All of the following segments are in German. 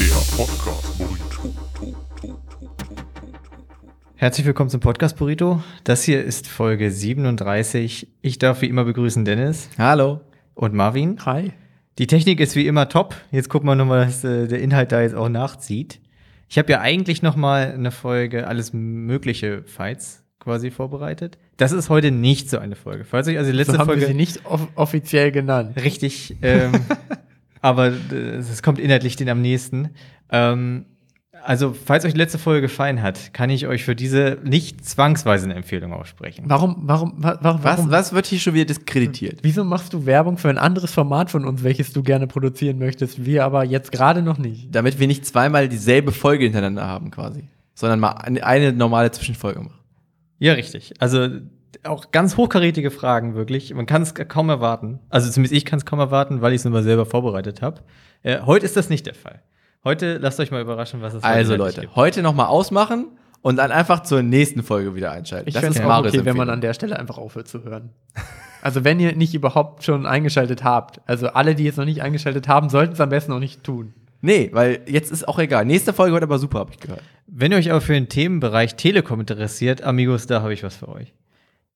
Podcast Burrito. Tu, tu, tu, tu, tu, tu, tu. Herzlich willkommen zum Podcast Burrito. Das hier ist Folge 37. Ich darf wie immer begrüßen Dennis Hallo. und Marvin. Hi. Die Technik ist wie immer top. Jetzt gucken wir nochmal, dass äh, der Inhalt da jetzt auch nachzieht. Ich habe ja eigentlich nochmal eine Folge alles mögliche Fights quasi vorbereitet. Das ist heute nicht so eine Folge. Falls euch also die letzte so haben wir sie Folge nicht off offiziell genannt. richtig, ähm, aber äh, es kommt inhaltlich den am nächsten. Ähm, also, falls euch die letzte Folge gefallen hat, kann ich euch für diese nicht zwangsweise eine Empfehlung aussprechen. Warum, warum, wa- warum, Was, warum? was wird hier schon wieder diskreditiert? Wieso machst du Werbung für ein anderes Format von uns, welches du gerne produzieren möchtest? Wir aber jetzt gerade noch nicht. Damit wir nicht zweimal dieselbe Folge hintereinander haben quasi, sondern mal eine, eine normale Zwischenfolge machen. Ja, richtig. Also auch ganz hochkarätige Fragen, wirklich. Man kann es kaum erwarten. Also zumindest ich kann es kaum erwarten, weil ich es nur mal selber vorbereitet habe. Äh, heute ist das nicht der Fall. Heute lasst euch mal überraschen, was es heute Also wirklich Leute, gibt. heute nochmal ausmachen und dann einfach zur nächsten Folge wieder einschalten. Ich fände es auch Marius' okay, wenn man Empfehlung. an der Stelle einfach aufhört zu hören. Also wenn ihr nicht überhaupt schon eingeschaltet habt, also alle, die jetzt noch nicht eingeschaltet haben, sollten es am besten auch nicht tun. Nee, weil jetzt ist auch egal. Nächste Folge wird aber super, habe ich gehört. Wenn ihr euch aber für den Themenbereich Telekom interessiert, Amigos, da habe ich was für euch.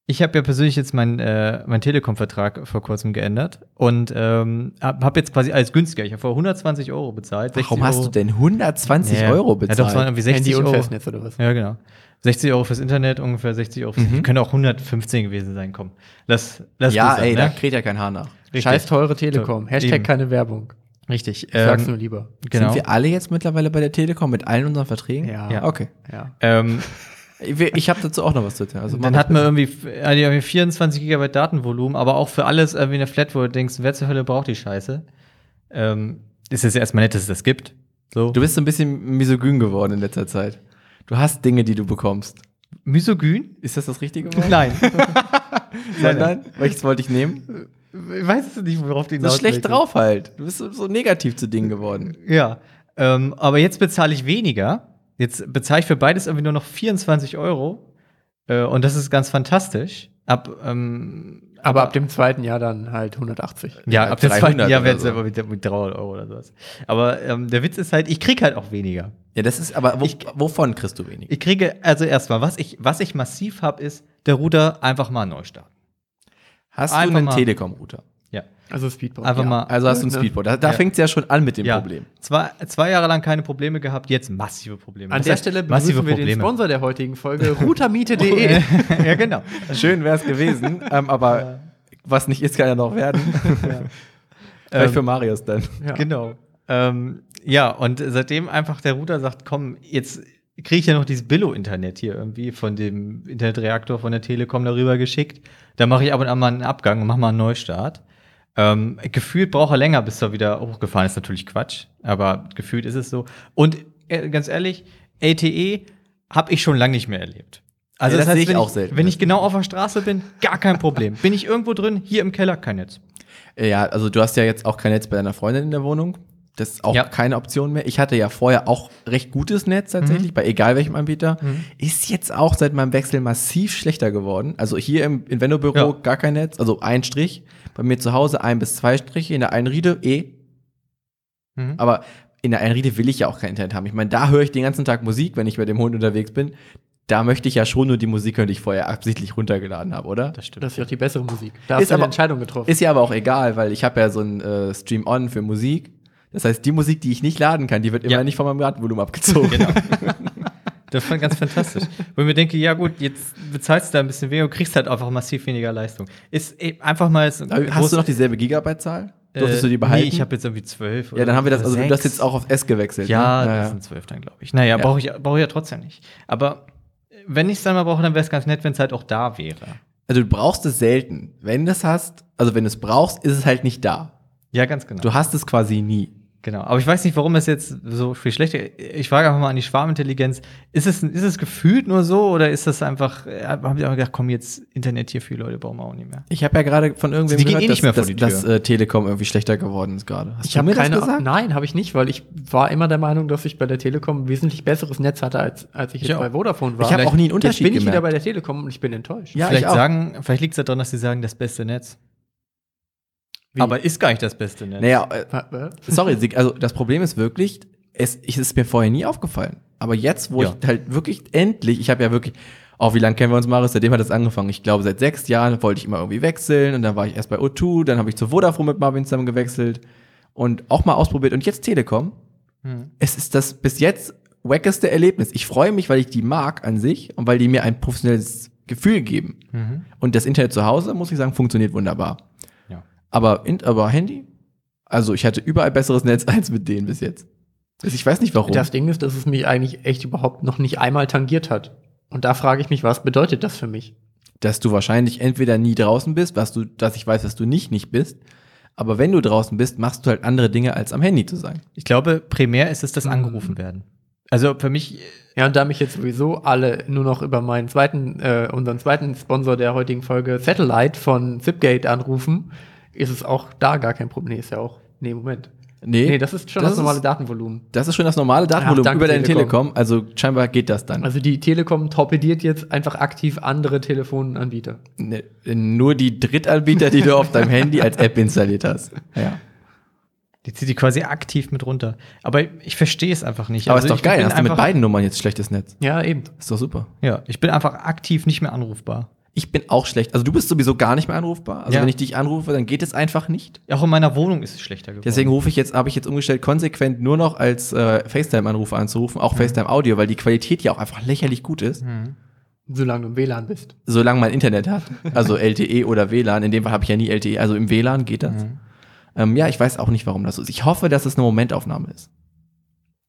Ich habe ja persönlich jetzt meinen äh, mein Telekom-Vertrag vor kurzem geändert und ähm, habe jetzt quasi alles günstiger. Ich habe vor 120 Euro bezahlt. 60 Warum hast Euro- du denn 120 Ja, Euro Ja, doch, es waren bezahlt? irgendwie 60 Handy und Euro. Festnetz oder was? Ja, genau. 60 Euro fürs Internet, ungefähr 60 Euro fürs Können auch 115 gewesen sein, komm. Lass, lass Mhm. Ja, gut sein, ey, ne? da kräht ja kein Haar nach. Richtig. Scheiß teure Telekom. So, Hashtag eben. keine Werbung. Richtig. Ich sag's nur Ähm, lieber. genau. Sind wir alle jetzt mittlerweile bei der Telekom mit allen unseren Verträgen? Ja. Okay. ja. Ähm, Wir- Ich habe dazu auch noch was zu tun. Also dann mach hatten wir irgendwie, also irgendwie 24 Gigabyte Datenvolumen, aber auch für alles irgendwie eine Flat, wo du denkst, wer zur Hölle braucht die Scheiße? Ähm, ist es erstmal nett, dass es das gibt. So. Du bist so ein bisschen misogyn geworden in letzter Zeit. Du hast Dinge, die du bekommst. Misogyn? Ist das das richtige Wort? Nein. nein, nein. Welches wollte ich nehmen? ich weiß nicht, worauf die Du bist schlecht willst. drauf halt. Du bist so, so negativ zu Dingen geworden. Ja, ähm, aber jetzt bezahle ich weniger. Jetzt bezahle ich für beides irgendwie nur noch 24 Euro. Äh, und das ist ganz fantastisch. Ab, ähm, Aber ab dem zweiten Jahr dann halt 180. ja, ab ab dem 300 zweiten Jahr oder werden es so. aber mit, mit 300 Euro oder sowas. Aber ähm, der Witz ist halt, ich kriege halt auch weniger. Ja, das ist aber, wo, Ich- wovon kriegst du wenig? Ich kriege, also erstmal, was ich, was ich massiv habe, ist der Router einfach mal neu starten. Hast du Einfach einen mal. Telekom-Router? Ja, Also Speedboat. einfach ja. mal. Also hast du einen Ne. Speedboard. Da, da Ja. fängt es ja schon an mit dem ja. Problem. Zwei, zwei Jahre lang keine Probleme gehabt, jetzt massive Probleme. An Das der heißt, Stelle massive begrüßen wir den Probleme. Oh, Sponsor der heutigen Folge, routermiete.de. ja, genau. Schön wäre es gewesen, ähm, aber was nicht ist, kann ja Ähm, noch werden. Vielleicht für Marius dann. ja. Genau. Ähm, ja, und seitdem einfach der Router sagt, komm, jetzt kriege ich ja noch dieses Billo-Internet hier irgendwie von dem Internetreaktor von der Telekom darüber geschickt. Da mache ich ab und an mal einen Abgang und mache mal einen Neustart. Ähm, gefühlt braucht er länger, bis er wieder hochgefahren ist. Natürlich Quatsch, aber gefühlt ist es so. Und äh, ganz ehrlich, LTE habe ich schon lange nicht mehr erlebt. Also Ja, das, heißt, das sehe ich wenn auch selten. Wenn ich genau auf der Straße bin, gar kein Problem. bin ich irgendwo drin, hier im Keller, kein Netz. Ja, also du hast ja jetzt auch kein Netz bei deiner Freundin in der Wohnung. Das ist auch Ja. Mhm. keine Option mehr. Ich hatte ja vorher auch recht gutes Netz tatsächlich, bei egal welchem Anbieter. Ist jetzt auch seit meinem Wechsel massiv schlechter geworden. Also hier im Invendo-Büro Ja. gar kein Netz, also ein Strich. Bei mir zu Hause ein bis zwei Striche, in der Einriede eh. Mhm. Aber in der Einriede will ich ja auch kein Internet haben. Ich meine, da höre ich den ganzen Tag Musik, wenn ich mit dem Hund unterwegs bin. Da möchte ich ja schon nur die Musik hören, die ich vorher absichtlich runtergeladen habe, oder? stimmt. Das ist doch die bessere Musik. Da Ist hast du eine aber- Entscheidung getroffen. Ist ja aber auch egal, weil ich habe ja so ein äh, Stream On für Musik. Das heißt, die Musik, die ich nicht laden kann, die wird Ja. immer nicht von meinem Datenvolumen abgezogen. Genau. Das fand ich ganz fantastisch. Wo ich mir denke, ja gut, jetzt bezahlst du da ein bisschen weniger und kriegst halt einfach massiv weniger Leistung. Ist eh einfach mal so ein Aber Hast groß- du noch dieselbe Gigabyte-Zahl? äh, Durftest du die behalten? Nee, ich habe jetzt irgendwie zwölf. ja, dann haben wir das, also du hast jetzt auch. auch auf S gewechselt. Ja, ne? das sind zwölf dann, glaube ich. Naja, Ja. brauche ich, brauch ich ja trotzdem nicht. Aber äh, wenn ich es dann mal brauche, dann wäre es ganz nett, wenn es halt auch da wäre. Also du brauchst es selten. Wenn du es hast, also wenn du es brauchst, ist es halt nicht da. Ja, ganz genau. Du hast es quasi nie. Genau. Aber ich weiß nicht, warum es jetzt so viel schlechter Ich frage einfach mal an die Schwarmintelligenz. Ist es, ist es gefühlt nur so oder ist das einfach, äh, haben die auch gedacht, komm, jetzt Internet hier für die Leute brauchen wir auch nicht mehr? Ich habe ja gerade von irgendwem Die gehen gehört, eh nicht dass, mehr vor dass, die Tür. dass äh, Telekom irgendwie schlechter geworden ist gerade. Hast ich du habe mir das keine gesagt? Nein, habe ich nicht, weil ich war immer der Meinung, dass ich bei der Telekom wesentlich besseres Netz hatte, als, als ich Ich jetzt auch. bei Vodafone war. Ich hab Vielleicht- auch nie einen Jetzt Unterschied bin ich wieder gemerkt. bei der Telekom und ich bin enttäuscht. Ja, vielleicht ich auch. sagen, vielleicht liegt es daran, dass sie sagen, das beste Netz. Wie? Aber ist gar nicht das beste Netz. Naja, äh, Wa- wa- sorry, sie- also das Problem ist wirklich, es, ich, es ist mir vorher nie aufgefallen. Aber jetzt, wo Ja. ich halt wirklich endlich, ich habe ja wirklich, auch wie lange kennen wir uns, Marius? Seitdem hat das angefangen. Ich glaube, seit sechs Jahren wollte ich immer irgendwie wechseln und dann war ich erst bei O2, dann habe ich zu Vodafone mit Marvin zusammen gewechselt und auch mal ausprobiert und jetzt Telekom. Es ist das bis jetzt wackeste Erlebnis. Ich freue mich, weil ich die mag an sich und weil die mir ein professionelles Gefühl geben. Mhm. Und das Internet zu Hause, muss ich sagen, funktioniert wunderbar. Ja. Aber, in, aber Handy? Also ich hatte überall besseres Netz als mit denen bis jetzt. Also ich weiß nicht warum. Das Ding ist, dass es mich eigentlich echt überhaupt noch nicht einmal tangiert hat. Und da frage ich mich, was bedeutet das für mich? dass du wahrscheinlich entweder nie draußen bist, was du, dass ich weiß, dass du nicht nicht bist. Aber wenn du draußen bist, machst du halt andere Dinge, als am Handy zu sein. Ich glaube, primär ist es Hm. das angerufen werden. Also für mich, Ja, und da mich jetzt sowieso alle nur noch über meinen zweiten, äh, unseren zweiten Sponsor der heutigen Folge Satellite von Zipgate anrufen, ist es auch da gar kein Problem. Nee, ist ja auch. Nee, Moment. Nee, Nee, das ist schon das, normale Datenvolumen. Datenvolumen. Das ist schon das normale Ja, Datenvolumen danke, über deine Telekom. Telekom. Also scheinbar geht das dann. Also die Telekom torpediert jetzt einfach aktiv andere Telefonanbieter. Ne, nur die Drittanbieter, die du auf deinem Handy als App installiert hast. Ja. die zieht die quasi aktiv mit runter. Aber ich verstehe es einfach nicht. Aber Also ist doch ich geil, bin hast du mit einfach- beiden Nummern jetzt schlechtes Netz. Ja, eben. Ist doch super. Ja, ich bin einfach aktiv nicht mehr anrufbar. Ich bin auch schlecht. Also du bist sowieso gar nicht mehr anrufbar. Also Ja. wenn ich dich anrufe, dann geht es einfach nicht. Auch in meiner Wohnung ist es schlechter geworden. Deswegen rufe ich jetzt, habe ich jetzt umgestellt, konsequent nur noch als äh, FaceTime-Anrufe anzurufen, auch FaceTime Audio, weil die Qualität ja auch einfach lächerlich gut ist, Solange du im WLAN bist. solange man Internet hat. Also LTE oder WLAN. In dem Fall habe ich ja nie LTE, also im WLAN geht Mhm. das. Hm. Ähm, ja, ich weiß auch nicht, warum das so ist. Ich hoffe, dass es eine Momentaufnahme ist.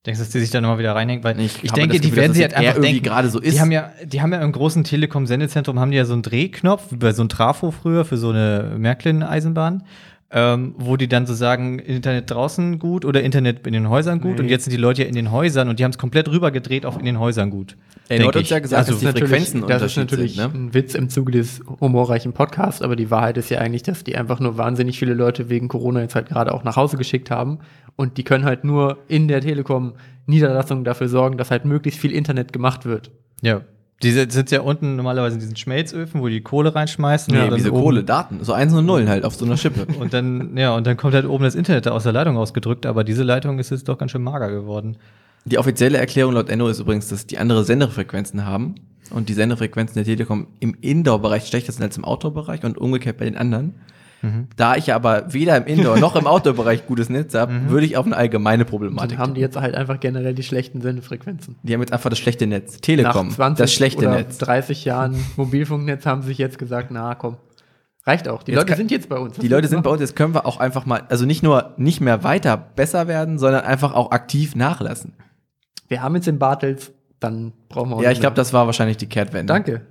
Denkst du, dass die sich da nochmal wieder reinhängen? Weil ich, habe denke, das die Gefühl, werden dass sie das halt eher einfach irgendwie denken, gerade so ist. Die haben ja, die haben ja im großen Telekom-Sendezentrum haben die ja so einen Drehknopf, wie bei so einem Trafo früher für so eine Märklin-Eisenbahn, ähm, wo die dann so sagen, Internet draußen gut oder Internet in den Häusern gut. Nee. Und jetzt sind die Leute ja in den Häusern und die haben es komplett rübergedreht auf in den Häusern gut. Ey, denk du hattest ich. Also, ja gesagt, dass die natürlich- Frequenzen das ist natürlich sind, ne? ein Witz im Zuge des humorreichen Podcasts, aber die Wahrheit ist ja eigentlich, dass die einfach nur wahnsinnig viele Leute wegen Corona jetzt halt gerade auch nach Hause geschickt haben und die können halt nur in der Telekom Niederlassung dafür sorgen, dass halt möglichst viel Internet gemacht wird. ja. Die sind sind ja unten normalerweise in diesen Schmelzöfen, wo die Kohle reinschmeißen. Nee, und dann diese oben- Kohle, Daten. So Einsen und Nullen halt auf so einer Schippe. Und dann, ja, und dann kommt halt oben das Internet da aus der Leitung rausgedrückt, aber diese Leitung ist jetzt doch ganz schön mager geworden. Die offizielle Erklärung laut Enno ist übrigens, dass die andere Senderfrequenzen haben und die Senderfrequenzen der Telekom im Indoor-Bereich schlechter sind als im Outdoor-Bereich und umgekehrt bei den anderen. Mhm. Da ich aber weder im Indoor- noch im Outdoor-Bereich gutes Netz habe, würde ich auf eine allgemeine Und Mhm. dann Problematik. haben die jetzt halt einfach generell die schlechten Sendefrequenzen. Die haben jetzt einfach das schlechte Netz. Telekom, das schlechte oder Netz. 30 Jahren Mobilfunknetz haben sich jetzt gesagt, na komm, reicht auch. Die Jetzt Leute kann- sind jetzt bei uns. Die Leute sind bei uns, jetzt können wir auch einfach mal, also nicht nur nicht mehr weiter besser werden, sondern einfach auch aktiv nachlassen. Wir haben jetzt den Bartels, dann brauchen wir auch ja, nicht ich glaube, mehr. das war wahrscheinlich die Kehrtwende. Danke.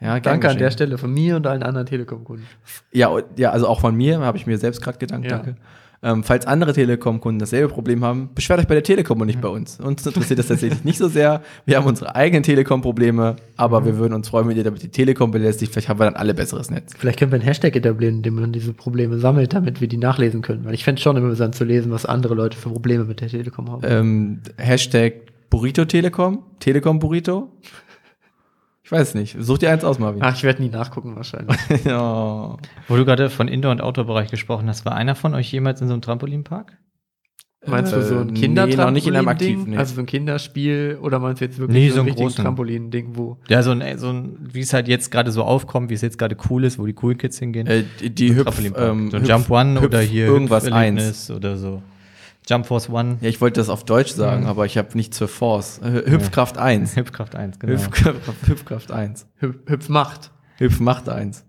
Ja, gern Danke an der geschehen. Stelle von mir und allen anderen Telekom-Kunden. Ja, und- ja, also auch von mir, habe ich mir selbst gerade gedankt, Ja. danke. Ähm, falls andere Telekom-Kunden dasselbe Problem haben, beschwert euch bei der Telekom und nicht bei uns. Uns interessiert das tatsächlich nicht so sehr. Wir haben unsere eigenen Telekom-Probleme, aber Mhm. wir würden uns freuen, wenn ihr damit die Telekom belästigt. Vielleicht haben wir dann alle besseres Netz. Vielleicht können wir einen Hashtag etablieren, in dem man diese Probleme sammelt, damit wir die nachlesen können. Weil ich fände es schon interessant zu lesen, was andere Leute für Probleme mit der Telekom haben. Ähm, Hashtag Burrito Telekom, Telekom Burrito. Ich weiß es nicht. Such dir eins aus, Marvin. Ach, ich werde nie nachgucken wahrscheinlich. Oh. Wo du gerade von Indoor- und Outdoor-Bereich gesprochen hast, war einer von euch jemals in so einem Trampolinpark? Meinst du so ein Äh, nee, noch nicht in einem Kindertrampolin-Ding? aktiv, nee. Also so ein Kinderspiel oder meinst du jetzt wirklich Nee, so, so ein einen richtiges großen. Trampolin-Ding, wo Ja, so ein, so ein wie es halt jetzt gerade so aufkommt, wie es jetzt gerade cool ist, wo die coolen Kids hingehen. Äh, die- die Hüpf, Trampolinpark. ähm, so Hüpf- Jump One Hüpf oder hier irgendwas eins. Hüpferlebnis oder so. Jump Force One, Ja, ich wollte das auf Deutsch sagen, Mhm. aber ich habe nichts für Force. Äh, Hüpfkraft 1. Hüpfkraft 1, genau. Hüpfkraft, Hüpfkraft 1. Hüp Hüpf macht? Hüpf macht 1.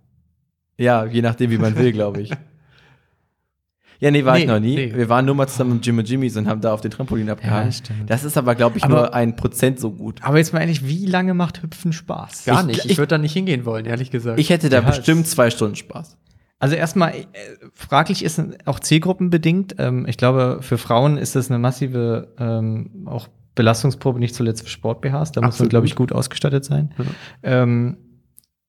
Ja, je nachdem, wie man will, glaube ich. Ja, nee, war Nee, ich noch nie. nee. Wir waren nur mal zusammen mit Jim und Jimmys und haben da auf den Trampolin abgehangen. stimmt. das ist aber, glaube ich, Aber- nur ein Prozent so gut. Aber jetzt mal ehrlich, wie lange macht Hüpfen Spaß? Gar Ich- nicht. Ich, ich- würde da nicht hingehen wollen, ehrlich gesagt. Ah, Ich hätte da Ja, bestimmt zwei Stunden Spaß. Also erstmal, äh, fraglich ist auch zielgruppenbedingt. Ähm, ich glaube, für Frauen ist das eine massive ähm, auch Belastungsprobe, nicht zuletzt für Sport-BHs. Da muss man, Absolut. glaube ich, gut ausgestattet sein. Ja. Ähm,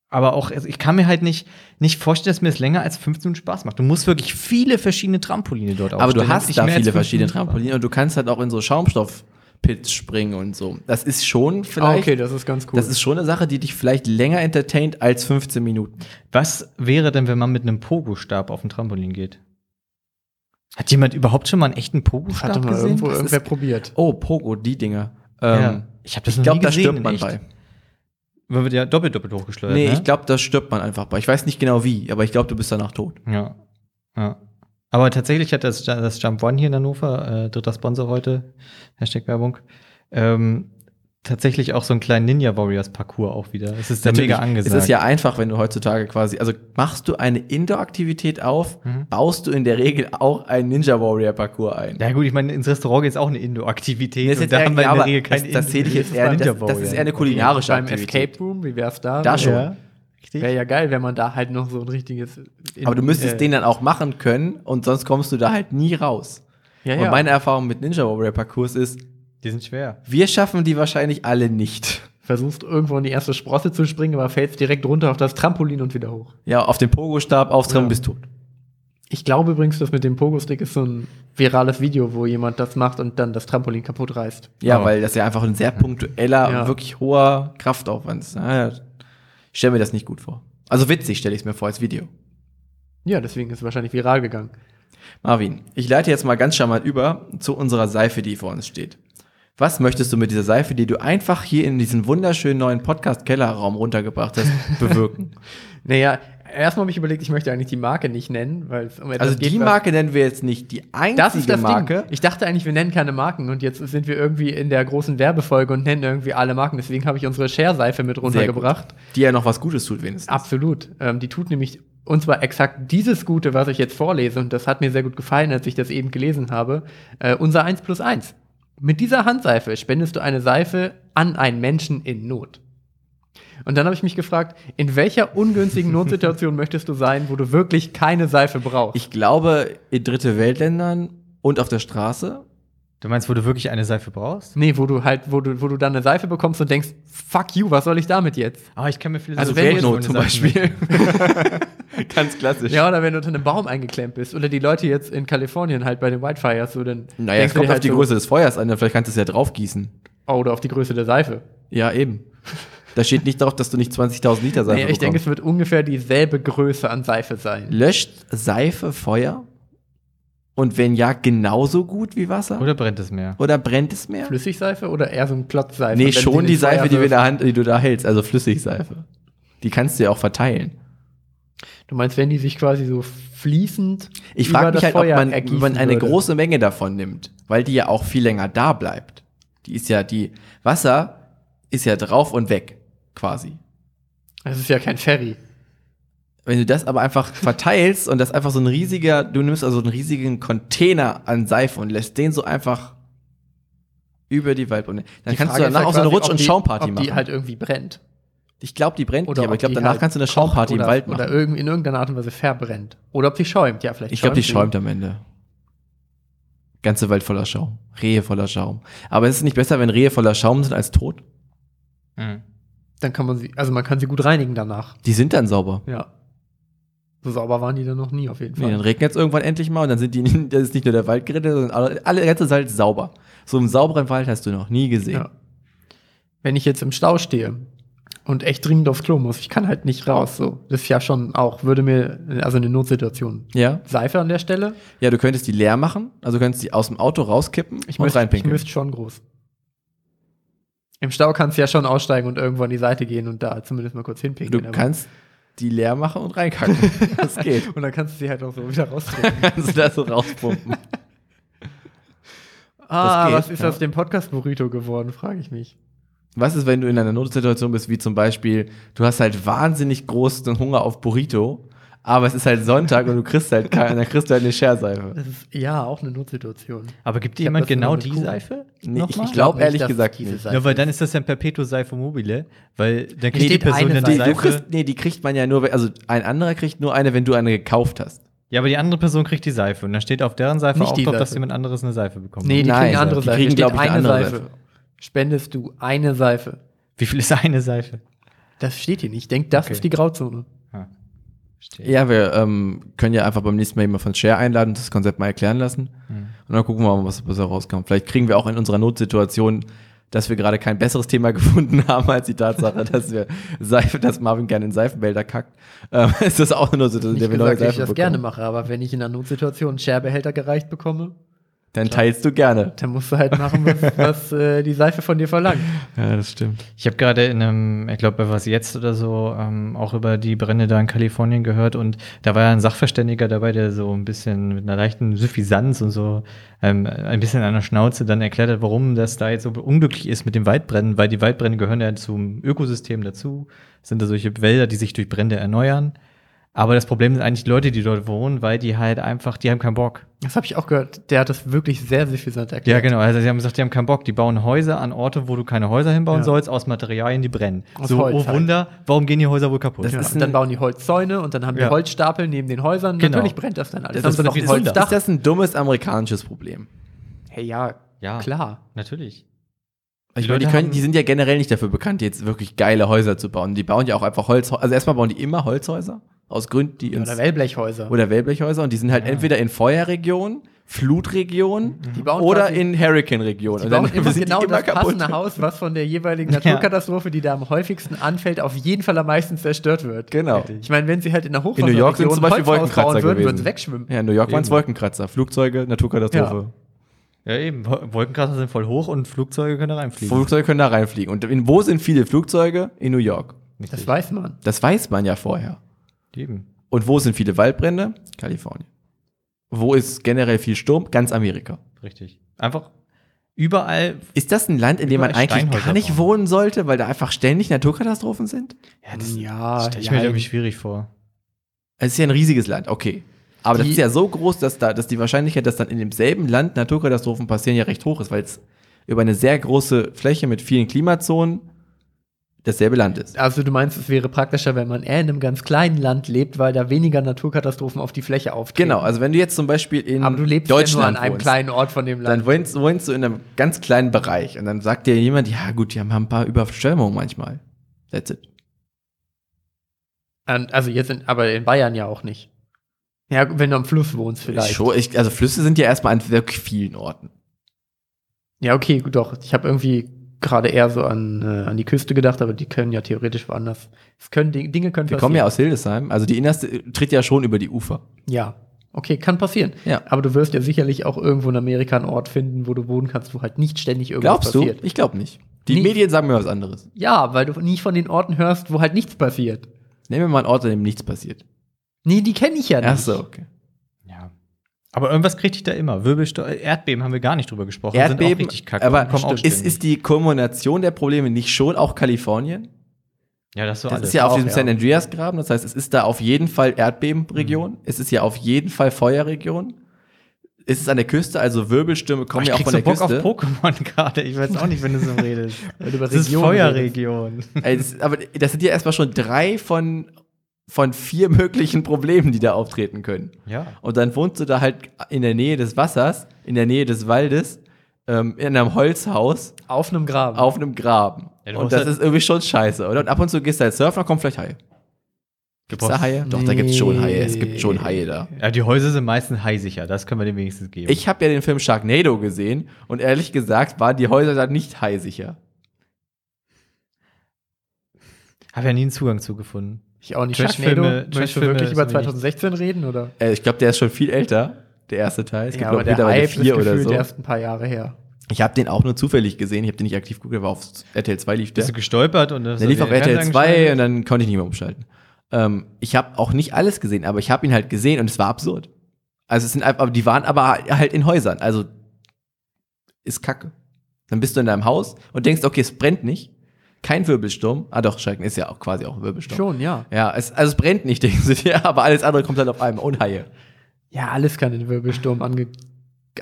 aber auch, also ich kann mir halt nicht, nicht vorstellen, dass mir das länger als 15 Minuten Spaß macht. Du musst wirklich viele verschiedene Trampoline dort Aber du aufstellen, hast nicht da mehr als 15 viele verschiedene Minuten. Trampoline und du kannst halt auch in so Schaumstoffpits springen und so. Das ist schon ah, vielleicht. okay, das ist ganz cool. Das ist schon eine Sache, die dich vielleicht länger entertaint als 15 Minuten. Was wäre denn, wenn man mit einem Pogo-Stab auf ein Trampolin geht? Hat jemand überhaupt schon mal einen echten Hatte Pogostab mal gesehen? irgendwo Das ist- irgendwer probiert. Oh, Pogo, die Dinger. Ja. Ich hab das noch Ähm, glaub, nie gesehen in echt. Man wird ja doppelt, doppelt hochgeschleudert. Nee, ne? ich glaube, da stirbt man einfach bei. Ich weiß nicht genau wie, aber ich glaube, du bist danach tot. Ja. ja. Aber tatsächlich hat das, das Jump One hier in Hannover, äh, dritter Sponsor heute, Hashtag Werbung, ähm, tatsächlich auch so einen kleinen Ninja Warriors Parcours auch wieder. Es ist ja mega angesagt. Es ist ja einfach, wenn du heutzutage quasi, also machst du eine Indoor-Aktivität auf, Mhm. baust du in der Regel auch einen Ninja Warrior Parcours ein. Na gut, ich meine, ins Restaurant geht es auch eine Indoor-Aktivität. Das ist und jetzt eher- ja, aber das- das sehe ich jetzt eher- Ninja das- das ist eher eine Warrior. kulinarische Beim Aktivität. Escape Room, wie wär's da? Da schon. Ja, richtig. Wäre ja geil, wenn man da halt noch so ein richtiges. in- Aber du müsstest äh, den dann auch machen können und sonst kommst du da halt nie raus. Ja, Und ja. meine Erfahrung mit Ninja Warrior Parcours ist, Die sind schwer. wir schaffen die wahrscheinlich alle nicht. Versuchst irgendwo in die erste Sprosse zu springen, aber fällst direkt runter auf das Trampolin und wieder hoch. Ja, auf den Pogo-Stab auftragen, Ja. bist tot. Ich glaube übrigens, das mit dem Pogo-Stick ist so ein virales Video, wo jemand das macht und dann das Trampolin kaputt reißt. Ja, Ja. weil das ja einfach ein sehr punktueller, Ja. wirklich hoher Kraftaufwand ist. Naja, ich stelle mir das nicht gut vor. Also witzig stelle ich es mir vor als Video. Ja, deswegen ist es wahrscheinlich viral gegangen. Marvin, ich leite jetzt mal ganz charmant über zu unserer Seife, die vor uns steht. Was möchtest du mit dieser Seife, die du einfach hier in diesen wunderschönen neuen Podcast-Kellerraum runtergebracht hast, bewirken? Naja, erstmal habe ich überlegt, ich möchte eigentlich die Marke nicht nennen, weil es um etwas also die was- Marke nennen wir jetzt nicht. Die einzige Das ist das Marke. Ding. Ich dachte eigentlich, wir nennen keine Marken und jetzt sind wir irgendwie in der großen Werbefolge und nennen irgendwie alle Marken. Deswegen habe ich unsere Share-Seife mit Sehr runtergebracht. Gut, die ja noch was Gutes tut wenigstens. Absolut. Ähm, die tut nämlich, und zwar exakt dieses Gute, was ich jetzt vorlese, und das hat mir sehr gut gefallen, als ich das eben gelesen habe, äh, unser 1 plus 1. Mit dieser Handseife spendest du eine Seife an einen Menschen in Not. Und dann habe ich mich gefragt, in welcher ungünstigen Notsituation möchtest du sein, wo du wirklich keine Seife brauchst? Ich glaube, in dritte Weltländern und auf der Straße. Du meinst, wo du wirklich eine Seife brauchst? Nee, wo du halt, wo du, wo du dann eine Seife bekommst und denkst, fuck you, was soll ich damit jetzt? Ah, ich kann mir viele Also Sachen Weltnot vorstellen, zum Sachen Beispiel. Ganz klassisch. Ja, oder wenn du unter einem Baum eingeklemmt bist. Oder die Leute jetzt in Kalifornien halt bei den Wildfires, so dann. Naja, denkst es du kommt dir auf halt die so, Größe des Feuers an, vielleicht kannst du es ja draufgießen. Oh, oder auf die Größe der Seife. Ja, eben. Da steht nicht drauf, dass du nicht 20.000 Liter Seife Hm. Nee, ich denke, es wird ungefähr dieselbe Größe an Seife sein. Löscht Seife Feuer? Und wenn ja, genauso gut wie Wasser? Oder brennt es mehr? Oder brennt es mehr? Flüssigseife oder eher so ein Klotzseife? nee, wenn sie schon in die den Feuer also Seife, die, wir in wirft. der Hand, die du da hältst, also Flüssigseife. Die kannst du ja auch verteilen. Du meinst, wenn die sich quasi so fließend Ich über frage mich das halt, ob Feuer man, ergießen ob man eine würde. große Menge davon nimmt, weil die ja auch viel länger da bleibt. Die ist ja, die Wasser ist ja drauf und weg, quasi. Das ist ja kein Ferry. Wenn du das aber einfach verteilst und das einfach so ein riesiger, du nimmst also einen riesigen Container an Seife und lässt den so einfach über die Waldbunde. Dann Die kannst Frage du danach ist ja auch so eine quasi, Rutsch- ob und die- Schaumparty ob machen. die halt irgendwie brennt. ich glaube, die brennt nicht, aber ob ich glaube, die danach halt kannst du eine kocht Schaumparty oder, im Wald machen. Oder irgend, in irgendeiner Art und Weise verbrennt. Oder ob die schäumt, ja, vielleicht ich glaube, die sie. schäumt am Ende. Ganze Welt voller Schaum. Rehe voller Schaum. Aber ist es nicht besser, wenn Rehe voller Schaum sind als tot? Mhm. Dann kann man sie, also man kann sie gut reinigen danach. Die sind dann sauber. Ja. So sauber waren die dann noch nie auf jeden Nee, Fall. dann regnet es irgendwann endlich mal und dann sind die, das ist nicht nur der Wald gerettet, sondern alle, alle der ganze Wald sauber. So einen sauberen Wald hast du noch nie gesehen. ja. Wenn ich jetzt im Stau stehe und echt dringend aufs Klo muss, ich kann halt nicht raus. So. Das ist ja schon auch, würde mir, also eine Notsituation. Ja? Seife an der Stelle. Ja, du könntest die leer machen, also du könntest die aus dem Auto rauskippen Ich und müsste ich reinpinkeln. müsst schon groß. Im Stau kannst du ja schon aussteigen und irgendwo an die Seite gehen und da zumindest mal kurz du hinpinkeln. aber- kannst die leer machen und reinkacken. Das geht. Und dann kannst du sie halt auch so wieder raustreten. kannst du da so rauspumpen. Ah, geht, was ist ja. aus dem Podcast Burrito geworden, frage ich mich. Was ist, wenn du in einer Notsituation bist, wie zum Beispiel, du hast halt wahnsinnig großen Hunger auf Burrito, aber es ist halt Sonntag und du kriegst halt keine, dann kriegst du halt eine Scherseife. Das ist ja auch eine Notsituation. Aber gibt dir Ich hab jemand das nur genau mit die Kuchen. Seife? Nee, ich, Nochmal? ich glaube Nicht, ehrlich dass gesagt diese nicht. Seife- Ja, weil dann ist das ja ein Perpetuum Seife mobile, weil dann kriegt die steht Person eine dann die Nee, du Seife. kriegst, nee, die kriegt man ja nur, wenn- also ein anderer kriegt nur eine, wenn du eine gekauft hast. ja, aber die andere Person kriegt die Seife und dann steht auf deren Seife Nicht auch die drauf, dass Seife. jemand anderes eine Seife bekommt. Nee, die Nein, kriegen eine andere die Seife. kriegen, Steht glaub ich, eine eine andere Seife. Seife. Spendest du eine Seife. Wie viel ist eine Seife? Das steht hier nicht. Ich denke, das Okay. ist die Also Grauzone. Ah, verstehe. Ja, wir ähm, können ja einfach beim nächsten Mal jemanden von Share einladen und das Konzept mal erklären lassen. Und dann gucken wir mal, was, was da rauskommt. Vielleicht kriegen wir auch in unserer Notsituation dass wir gerade kein besseres Thema gefunden haben als die Tatsache, dass wir Seife, dass Marvin gerne in Seifenbehälter kackt. Ähm, ist das auch nur so, dass Nicht wir neue gesagt, dass ich Seife das bekommen. gerne mache, aber wenn ich in einer Notsituation einen Scherbehälter gereicht bekomme, Dann teilst du gerne. dann musst du halt machen, was, was äh, die Seife von dir verlangt. Ja, das stimmt. Ich habe gerade in einem, ich glaube bei was jetzt oder so, ähm, auch über die Brände da in Kalifornien gehört und da war ja ein Sachverständiger dabei, der so ein bisschen mit einer leichten Suffisanz und so ähm, ein bisschen an der Schnauze dann erklärt hat, warum das da jetzt so unglücklich ist mit dem Waldbrennen, weil die Waldbrände gehören ja zum Ökosystem dazu, Es sind da solche Wälder, die sich durch Brände erneuern. Aber das Problem sind eigentlich die Leute, die dort wohnen, weil die halt einfach, die haben keinen Bock. Das habe ich auch gehört. Der hat das wirklich sehr suffisant erklärt. Ja, genau. Also sie haben gesagt, die haben keinen Bock. Die bauen Häuser an Orte, wo du keine Häuser hinbauen Ja. sollst, aus Materialien, die brennen. Aus so, Holz oh halt. Wunder, warum gehen die Häuser wohl kaputt? Das Ja. ist Und dann ein- bauen die Holzzäune und dann haben die Ja. Holzstapel neben den Häusern. Genau. Natürlich brennt das dann alles. Das ist Haben sie doch noch ein gesünder. Holzdach. Ist das ein dummes amerikanisches Problem? Hey, ja, Ja. klar. Natürlich. Ich Die meine, die, Leute können, haben- die sind ja generell nicht dafür bekannt, jetzt wirklich geile Häuser zu bauen. Die bauen ja auch einfach Holzhäuser. Also erstmal bauen die immer Holzhäuser aus Gründen, die ins, Oder Wellblechhäuser. oder Wellblechhäuser und die sind halt Ja. entweder in Feuerregionen, Flutregionen Ah. Mhm. Die bauen oder quasi- in Hurricane-Regionen. Die Und dann bauen immer sind die genau immer das passende kaputt. Haus, was von der jeweiligen Naturkatastrophe, die da am häufigsten anfällt, auf jeden Fall am meisten zerstört wird. Genau. Ich meine, wenn sie halt in der In Hochwasserregion New York sind zum Beispiel Holzhaus bauen Wolkenkratzer würden, gewesen. würden sie wegschwimmen. Ja, in New York waren es Wolkenkratzer, Flugzeuge, Naturkatastrophe. Ja, eben. Wo- Wolkenkratzer sind voll hoch und Flugzeuge können da reinfliegen. Flugzeuge können da reinfliegen. Und in, wo sind viele Flugzeuge? In New York. Das weiß man. Das weiß man ja vorher. eben. Und wo sind viele Waldbrände? Kalifornien. Wo ist generell viel Sturm? Ganz Amerika. Richtig. Einfach überall. Ist das ein Land, in dem man Überall eigentlich Steinhäuser gar nicht bauen. wohnen sollte, weil da einfach ständig Naturkatastrophen sind? Ja, das ja, stelle ich ja, mir halt irgendwie schwierig vor. Es ist ja ein riesiges Land, okay. Aber das Die- ist ja so groß, dass, da, dass die Wahrscheinlichkeit, dass dann in demselben Land Naturkatastrophen passieren, ja recht hoch ist, weil es über eine sehr große Fläche mit vielen Klimazonen dasselbe Land ist. Also du meinst, es wäre praktischer, wenn man eher in einem ganz kleinen Land lebt, weil da weniger Naturkatastrophen auf die Fläche auftreten. Genau, also wenn du jetzt zum Beispiel in Aber du lebst ja nur Deutschland an einem wohnst, kleinen Ort von dem Land. dann wohnst, wohnst du in einem ganz kleinen Bereich und dann sagt dir jemand, ja gut, die haben ein paar Überschwemmungen manchmal. That's it. An- Also jetzt in, aber in Bayern ja auch nicht. Ja, wenn du am Fluss wohnst vielleicht. Schon- Ich, also Flüsse sind ja erstmal an wirklich vielen Orten. Ja, okay, gut, doch. Ich habe irgendwie gerade eher so an, äh, an die Küste gedacht, aber die können ja theoretisch woanders. Es können Di- Dinge können Wir kommen ja aus Hildesheim, also die innerste tritt ja schon über die Ufer. Ja. Okay, kann passieren. Ja. Aber du wirst ja sicherlich auch irgendwo in Amerika einen Ort finden, wo du wohnen kannst, wo halt nicht ständig irgendwas Glaubst passiert. du? Ich glaube nicht. Die Nee. Medien sagen mir was anderes. Ja, weil du nie von den Orten hörst, wo halt nichts passiert. Nehmen wir mal einen Ort, an dem nichts passiert. Nee, die kenne ich ja nicht. Ach so, okay. Ja. Aber irgendwas kriegt ich da immer. Wirbelsteuer, Erdbeben haben wir gar nicht drüber gesprochen. Erdbeben, richtig kacke. aber und kommen auch ist, ständig. ist die Kombination der Probleme nicht schon auch Kalifornien? ja, das ist so Das alles. ist ja auf auch, diesem ja. San Andreas Graben, das heißt, es ist da auf jeden Fall Erdbebenregion, Mhm. es ist ja auf jeden Fall Feuerregion, es ist an der Küste, also Wirbelstürme Oh, kommen ich ja auch krieg von so der Bock Küste. auf Pokémon gerade. Ich weiß auch nicht, wenn du so redest. Weil du über Das ist Regionen redest. Feuerregion. Ey, das, aber das sind ja erstmal schon drei von, von vier möglichen Problemen, die da auftreten können. Ja. Und dann wohnst du da halt in der Nähe des Wassers, in der Nähe des Waldes, ähm, in einem Holzhaus, Auf einem Graben. auf einem Graben. Ja, du und brauchst das halt- ist irgendwie schon scheiße, oder? Und ab und zu gehst du halt surfen, dann kommt vielleicht Haie. Gibt's da brauchst- Haie? Doch, da gibt's schon Haie. Es Nee. gibt schon Haie da. Ja, die Häuser sind meistens haisicher, das können wir dem wenigstens geben. Ich habe ja den Film Sharknado gesehen und ehrlich gesagt waren die Häuser da nicht haisicher. habe ja nie einen Zugang zugefunden. Ich auch nicht. Trashfilme- Sharknado. Willst du Trashfilme wirklich ist über mir 2016 reden, oder? Äh, ich glaube, der ist schon viel älter, der erste Teil. Es gibt glaub ich, ist gefühlt erst ein paar Jahre her. Ich habe den auch nur zufällig gesehen. Ich habe den nicht aktiv geguckt, der war auf RTL 2 lief der. Bist du gestolpert und Also dann Der lief auf RTL 2 und dann konnte ich nicht mehr umschalten. Ähm, ich habe auch nicht alles gesehen, aber ich habe ihn halt gesehen und es war absurd. Also es sind einfach, die waren aber halt in Häusern. Also ist Kacke. Dann bist du in deinem Haus und denkst, okay, es brennt nicht. Kein Wirbelsturm. Ah doch, Schrecken ist ja auch quasi auch ein Wirbelsturm. Schon, ja. Ja, es, also es brennt nicht, denkst du dir, aber alles andere kommt halt auf einmal. Und Haie. Ja, alles kann in Wirbelsturm ange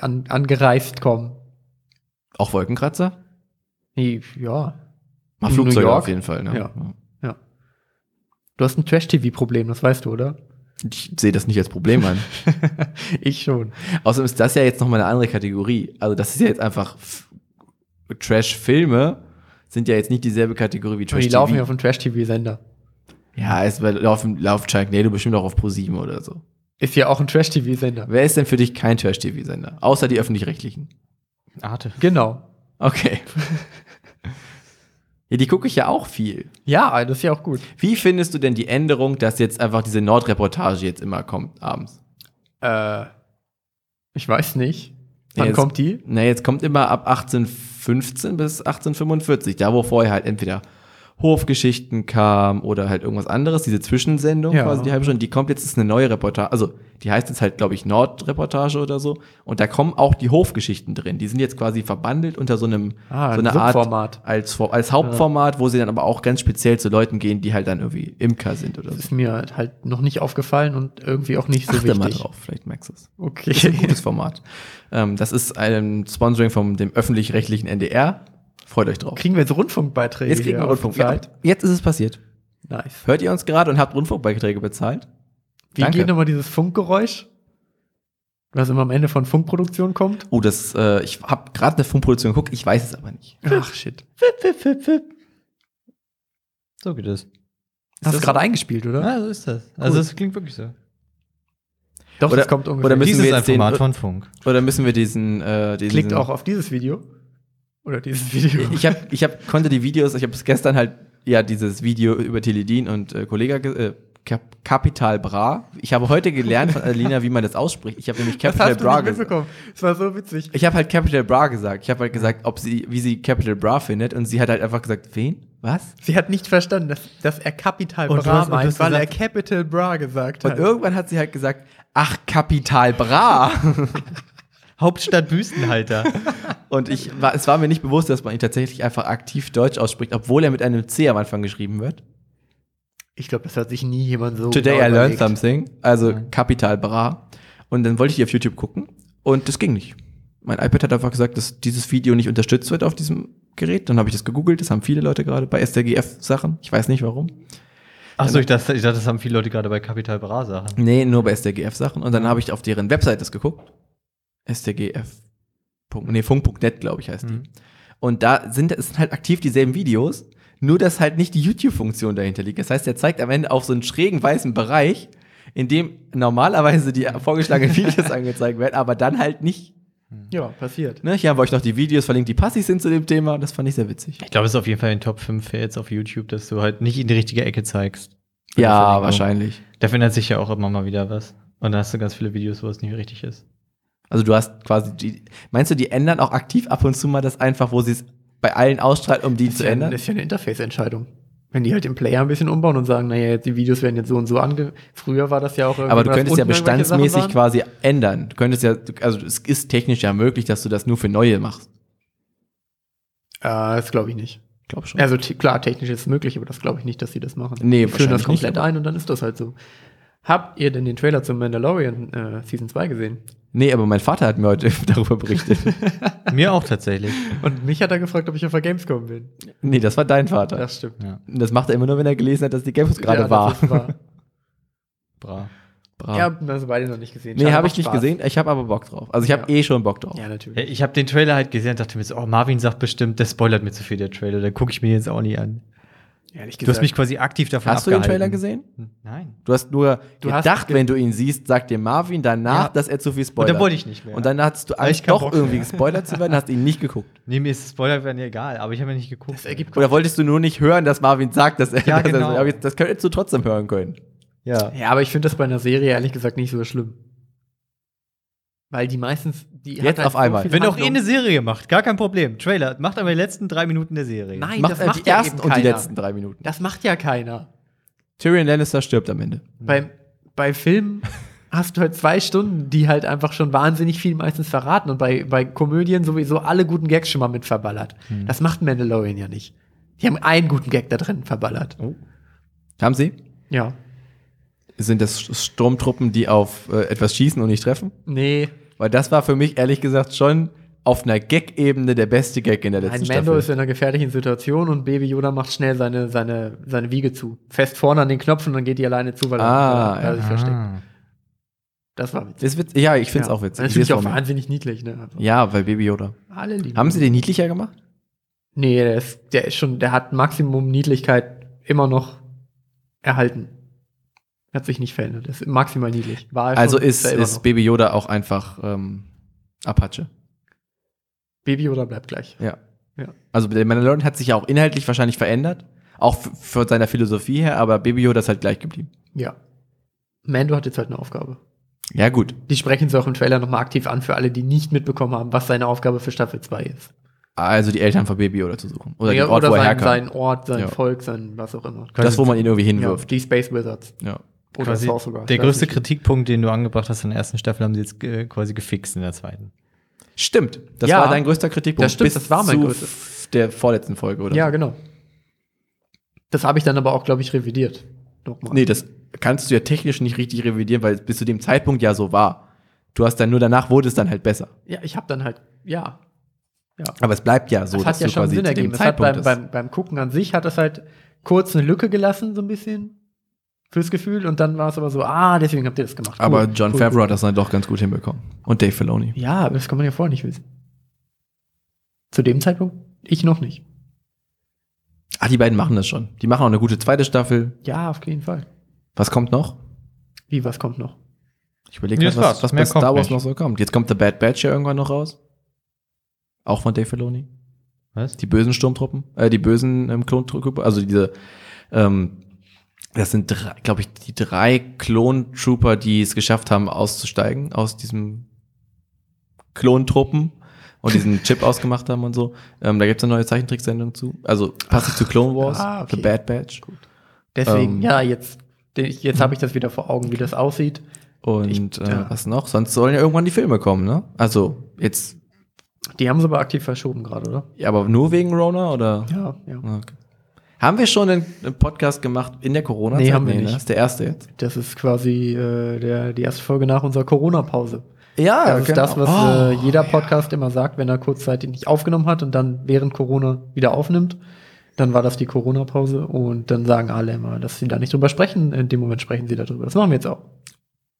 an angereist kommen. Auch Wolkenkratzer? Nee, ja. Mal In New Flugzeuge York? auf jeden Fall. Ne? Ja. Du hast ein Trash-TV-Problem, das weißt du, oder? Ich sehe das nicht als Problem an. Ich schon. Außerdem ist das ja jetzt nochmal eine andere Kategorie. Also das ist ja jetzt einfach F- Trash-Filme sind ja jetzt nicht dieselbe Kategorie wie Und die Trash-TV. laufen ja auf dem Trash-TV-Sender. ja, es bei- laufen laufen Sharknado bestimmt auch auf ProSieben oder so. Ist ja auch ein Trash-TV-Sender. Wer ist denn für dich kein Trash-TV-Sender? Außer die öffentlich-rechtlichen. Arte. Genau. Okay. Ja, die gucke ich ja auch viel. Ja, das ist ja auch gut. Wie findest du denn die Änderung, dass jetzt einfach diese Nordreportage jetzt immer kommt abends? Äh, ich weiß nicht. Wann Ja, jetzt- kommt die? Na, jetzt kommt immer ab 1815 bis 1845, da wo vorher halt entweder Hofgeschichten kam oder halt irgendwas anderes, diese Zwischensendung Ja. quasi, die halbe Stunde, die kommt jetzt, ist eine neue Reportage, also die heißt jetzt halt, glaube ich, Nordreportage oder so und da kommen auch die Hofgeschichten drin, die sind jetzt quasi verbandelt unter so einem, Ah, so ein eine Art, Subformat. als, Vor- als Hauptformat, wo sie dann aber auch ganz speziell zu Leuten gehen, die halt dann irgendwie Imker sind oder so. Das ist mir halt noch nicht aufgefallen und irgendwie auch nicht so Achte wichtig. mal drauf, vielleicht merkst du es. Ist ein Okay. gutes Format. Ähm, das ist ein Sponsoring von dem öffentlich-rechtlichen NDR. Freut euch drauf. Kriegen wir jetzt Rundfunkbeiträge? hier Ja, aufgezahlt? jetzt ist es passiert. Nice. Hört ihr uns gerade und habt Rundfunkbeiträge bezahlt? Wie Danke. geht nochmal dieses Funkgeräusch? Was immer am Ende von Funkproduktion kommt? Oh, das, äh, ich habe gerade eine Funkproduktion geguckt, ich weiß es aber nicht. Ach, shit. So geht das. Hast du das- gerade eingespielt, oder? Ja, so ist das. Also es klingt wirklich so. Doch, Oder- das kommt ungefähr. oder müssen Dies wir ist jetzt ein den- Format von Funk. Oder müssen wir diesen, äh, diesen Klickt auch auf dieses Video. Oder dieses Video. Ich habe, ich hab, konnte die Videos, ich habe es gestern halt, ja, dieses Video über Teledin und äh, Kollega, ge- äh, Cap Capital Bra. Ich habe heute gelernt von Alina, wie man das ausspricht. Ich habe nämlich das Capital hast du Bra nicht gesagt. mitbekommen. Es war so witzig. Ich habe halt Capital Bra gesagt. Ich habe halt gesagt, ob sie, wie sie Capital Bra findet. Und sie hat halt einfach gesagt, wen? Was? Sie hat nicht verstanden, dass, dass er Capital Und du hast- Bra und du meint, hast weil er gesagt- Capital Bra gesagt Und hat. irgendwann hat sie halt gesagt, ach, Capital Bra. Hauptstadt Büstenhalter. Und ich war, es war mir nicht bewusst, dass man ihn tatsächlich einfach aktiv Deutsch ausspricht, obwohl er mit einem C am Anfang geschrieben wird. Ich glaube, das hat sich nie jemand so Today genau I learned überlegt. something. Also Capital Bra. Und dann wollte ich die auf YouTube gucken. Und das ging nicht. Mein iPad hat einfach gesagt, dass dieses Video nicht unterstützt wird auf diesem Gerät. Dann habe ich das gegoogelt. Das haben viele Leute gerade bei SDGF-Sachen. Ich weiß nicht warum. Achso, ich dachte, ich dachte, das haben viele Leute gerade bei Capital Bra Sachen. Nee, nur bei SDGF-Sachen. Und Ah. dann habe ich auf deren Website das geguckt. SDGF. Punkt- Nee, funk.net, glaube ich, heißt die. Mhm. Und da sind, es sind halt aktiv dieselben Videos, nur dass halt nicht die YouTube-Funktion dahinter liegt. Das heißt, er zeigt am Ende auf so einen schrägen weißen Bereich, in dem normalerweise die vorgeschlagenen Videos angezeigt werden, aber dann halt nicht. Ja, passiert. Ne? Hier haben wir euch noch die Videos verlinkt, die passig sind zu dem Thema. Das fand ich sehr witzig. Ich glaube, es ist auf jeden Fall in den Top 5 Fails auf YouTube, dass du halt nicht in die richtige Ecke zeigst. Für die Ja, Verlinkung. wahrscheinlich. Da verändert sich ja auch immer mal wieder was. Und dann hast du ganz viele Videos, wo es nicht richtig ist. Also du hast quasi die. Meinst du, die ändern auch aktiv ab und zu mal das einfach, wo sie es bei allen ausstrahlt, um die Das ist, zu ja, ändern? das ist ja eine Interface-Entscheidung. Wenn die halt den Player ein bisschen umbauen und sagen, naja, jetzt die Videos werden jetzt so und so ange... Früher war das ja auch irgendwie, Aber du dass könntest ja unten irgendwelche Sachen bestandsmäßig waren. quasi ändern. Du könntest ja, du- also es ist technisch ja möglich, dass du das nur für neue machst. Äh, das glaube ich nicht. Ich glaube schon. Also te klar, technisch ist es möglich, aber das glaube ich nicht, dass sie das machen. Nee, die führen das wahrscheinlich nicht, komplett ein und dann ist das halt so. Habt ihr denn den Trailer zum Mandalorian äh, Season 2 gesehen? nee, aber mein Vater hat mir heute darüber berichtet. Mir auch tatsächlich. Und mich hat er gefragt, ob ich auf der Gamescom bin. nee, das war dein Vater. Das, Das stimmt. Ja, macht er immer nur, wenn er gelesen hat, dass die Games gerade Ja, war. das ist wahr. bra. Bra. Ja, haben also beide noch nicht gesehen. nee, Schade, habe macht ich nicht Spaß. gesehen. Ich habe aber Bock drauf. Also ich habe Ja. eh schon Bock drauf. Ja, Ja, natürlich. Ich habe den Trailer halt gesehen und dachte mir so, oh, Marvin sagt bestimmt, der spoilert mir zu viel, der Trailer. Dann gucke ich mir jetzt auch nie an. Ehrlich Du hast mich quasi aktiv davon Hast du den abgehalten. Hm, Trailer gesehen? Nein. Du hast nur Du hast gedacht, ge- wenn du ihn siehst, sagt dir Marvin danach, Ja. dass er zu viel Und spoilert. dann wollte ich nicht mehr. Und dann hattest du Weil ich Angst, keinen doch Bock irgendwie mehr. gespoilert zu werden, hast ihn nicht geguckt. nee, mir ist Spoiler werden ja egal, aber ich habe ja nicht geguckt. das ergibt Oder wolltest du nur nicht hören, dass Marvin sagt, dass er Ja, dass er- genau. aber jetzt- das könntest du trotzdem hören können. ja. Ja, aber ich finde das bei einer Serie ehrlich gesagt nicht so schlimm. Weil die meistens. Die halt Jetzt auf einmal. viel Wenn auch eh Handlung. eine Serie macht, gar kein Problem. Trailer macht aber die letzten drei Minuten der Serie. Nein, Macht das er macht äh, die ja ersten eben und die keiner. letzten drei Minuten. Das macht ja keiner. Tyrion Lannister stirbt am Ende. Bei, bei Filmen hast du halt zwei Stunden, die halt einfach schon wahnsinnig viel meistens verraten. Und bei, bei Komödien sowieso alle guten Gags schon mal mit verballert. Hm. Das macht Mandalorian ja nicht. Die haben einen guten Gag da drin verballert. Haben sie? Ja. Sind das Sturmtruppen, die auf äh, etwas schießen und nicht treffen? Nee. Weil das war für mich ehrlich gesagt schon auf einer Gag-Ebene der beste Gag in der Ein letzten Mando ist Staffel. in einer gefährlichen Situation und Baby Yoda macht schnell seine, seine, seine Wiege zu. Fest vorne an den Knopf und dann geht die alleine zu, weil Ah, er weil er sich versteckt. Ah. Das war witzig. Ist witz ja, ich finde es Ja. auch witzig. Ich Natürlich seh's auch vor mir. wahnsinnig niedlich, ne? Aber Ja, weil Baby Yoda. Alle lieben. Haben sie den niedlicher gemacht? Nee, der ist, der ist schon, der hat Maximum Niedlichkeit immer noch erhalten. Hat sich nicht verändert. Ist maximal niedlich. War er Also schon, ist, er immer ist noch. Baby Yoda auch einfach ähm, Apache. Baby Yoda bleibt gleich. Ja. Ja. Also der Mandalorian hat sich ja auch inhaltlich wahrscheinlich verändert, auch f- von seiner Philosophie her, aber Baby Yoda ist halt gleich geblieben. Ja. Mando hat jetzt halt eine Aufgabe. Ja, gut. Die sprechen es auch im Trailer nochmal aktiv an für alle, die nicht mitbekommen haben, was seine Aufgabe für Staffel 2 ist. Also die Eltern von Baby Yoda zu suchen. Oder Ja, den Ort, oder wo er sein, herkam. sein Ort, sein Ja. Volk, sein was auch immer. das, wo man ihn irgendwie Ja, hinwirft. die Space Wizards. Ja. Oder Quasi Sorcerer. der Ich weiß größte nicht. Kritikpunkt, den du angebracht hast in der ersten Staffel, haben sie jetzt äh, quasi gefixt in der zweiten. Stimmt. Das Ja. war dein größter Kritikpunkt. Das stimmt, das war mein zu größter. f- der vorletzten Folge, oder? Ja, so. genau. Das habe ich dann aber auch, glaube ich, revidiert. Nochmal. Nee, das kannst du ja technisch nicht richtig revidieren, weil es bis zu dem Zeitpunkt ja so war. Du hast dann nur danach wurde es dann halt besser. Ja, ich habe dann halt, ja. Aber es bleibt ja so, das hat ja du schon Sinn zu dem ergeben. Das hat beim, ist. beim, beim Gucken an sich hat das halt kurz eine Lücke gelassen, so ein bisschen. Fürs Gefühl. Und dann war es aber so, ah, deswegen habt ihr das gemacht. Aber Cool, John cool, Favreau hat das dann doch ganz gut hinbekommen. Und Dave Filoni. cool. Ja, aber das kann man ja vorher nicht wissen. Zu dem Zeitpunkt? Ich noch nicht. Ah, die beiden machen das schon. Die machen auch eine gute zweite Staffel. Ja, auf jeden Fall. Was kommt noch? Wie, was kommt noch? Ich überlege Nee, gerade, das was, war's. was Mehr bei kommt Star Wars nicht. noch so kommt. Jetzt kommt The Bad Batch ja irgendwann noch raus. Auch von Dave Filoni. Was? Die bösen Sturmtruppen, äh, die bösen ähm, Klontruppen, also diese, ähm, das sind, glaube ich, die drei Klontrooper, die es geschafft haben, auszusteigen aus diesem Klontruppen und diesen Chip ausgemacht haben und so. Ähm, da gibt's eine neue Zeichentricksendung zu. Also passend zu Clone Wars, Ah, okay. The Bad Batch. Deswegen, Ähm, ja, jetzt, jetzt habe ich das wieder vor Augen, wie das aussieht. Und Ich- äh, ja. was noch? Sonst sollen ja irgendwann die Filme kommen, ne? Also jetzt, Die haben es aber aktiv verschoben gerade, oder? ja, aber nur wegen Rona oder? Ja, ja. Okay. Haben wir schon einen, einen Podcast gemacht in der Corona-Zeit? Nee, haben wir ne? nicht. Das ist der erste jetzt. Das ist quasi äh, der, die erste Folge nach unserer Corona-Pause. Ja, Oh. Das ist das, was äh, jeder Podcast immer sagt, wenn er kurzzeitig nicht aufgenommen hat und dann während Corona wieder aufnimmt. Dann war das die Corona-Pause und dann sagen alle immer, dass sie da nicht drüber sprechen. In dem Moment sprechen sie darüber. Das machen wir jetzt auch.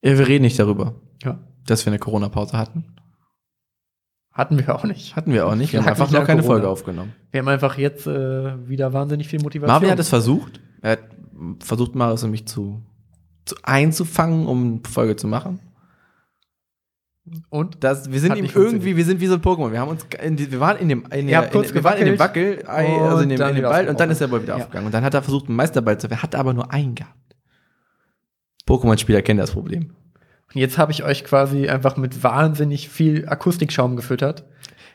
ja, wir reden nicht darüber, Ja. dass wir eine Corona-Pause hatten. Hatten wir auch nicht. Hatten wir auch nicht. Wir haben Lag einfach nicht noch an keine Corona. Folge aufgenommen. Wir haben einfach jetzt äh, wieder wahnsinnig viel Motivation. Marvin hat es versucht. Er hat versucht, Marius und mich zu, zu einzufangen, um eine Folge zu machen. und Das, wir sind Hat ihm nicht irgendwie, wir sind wie so ein Pokémon. Wir haben uns ge- in die, wir waren in dem, in Ihr habt in, kurz wir waren in dem gewackelt Wackel, also in und dem, dann in dem wieder Ball und dann aufgewacht. ist er aber wieder Ja. aufgegangen. Und dann hat er versucht, einen Meisterball zu werfen, hat aber nur einen gehabt. Pokémon-Spieler kennen das Problem. Und jetzt habe ich euch quasi einfach mit wahnsinnig viel Akustikschaum gefüttert.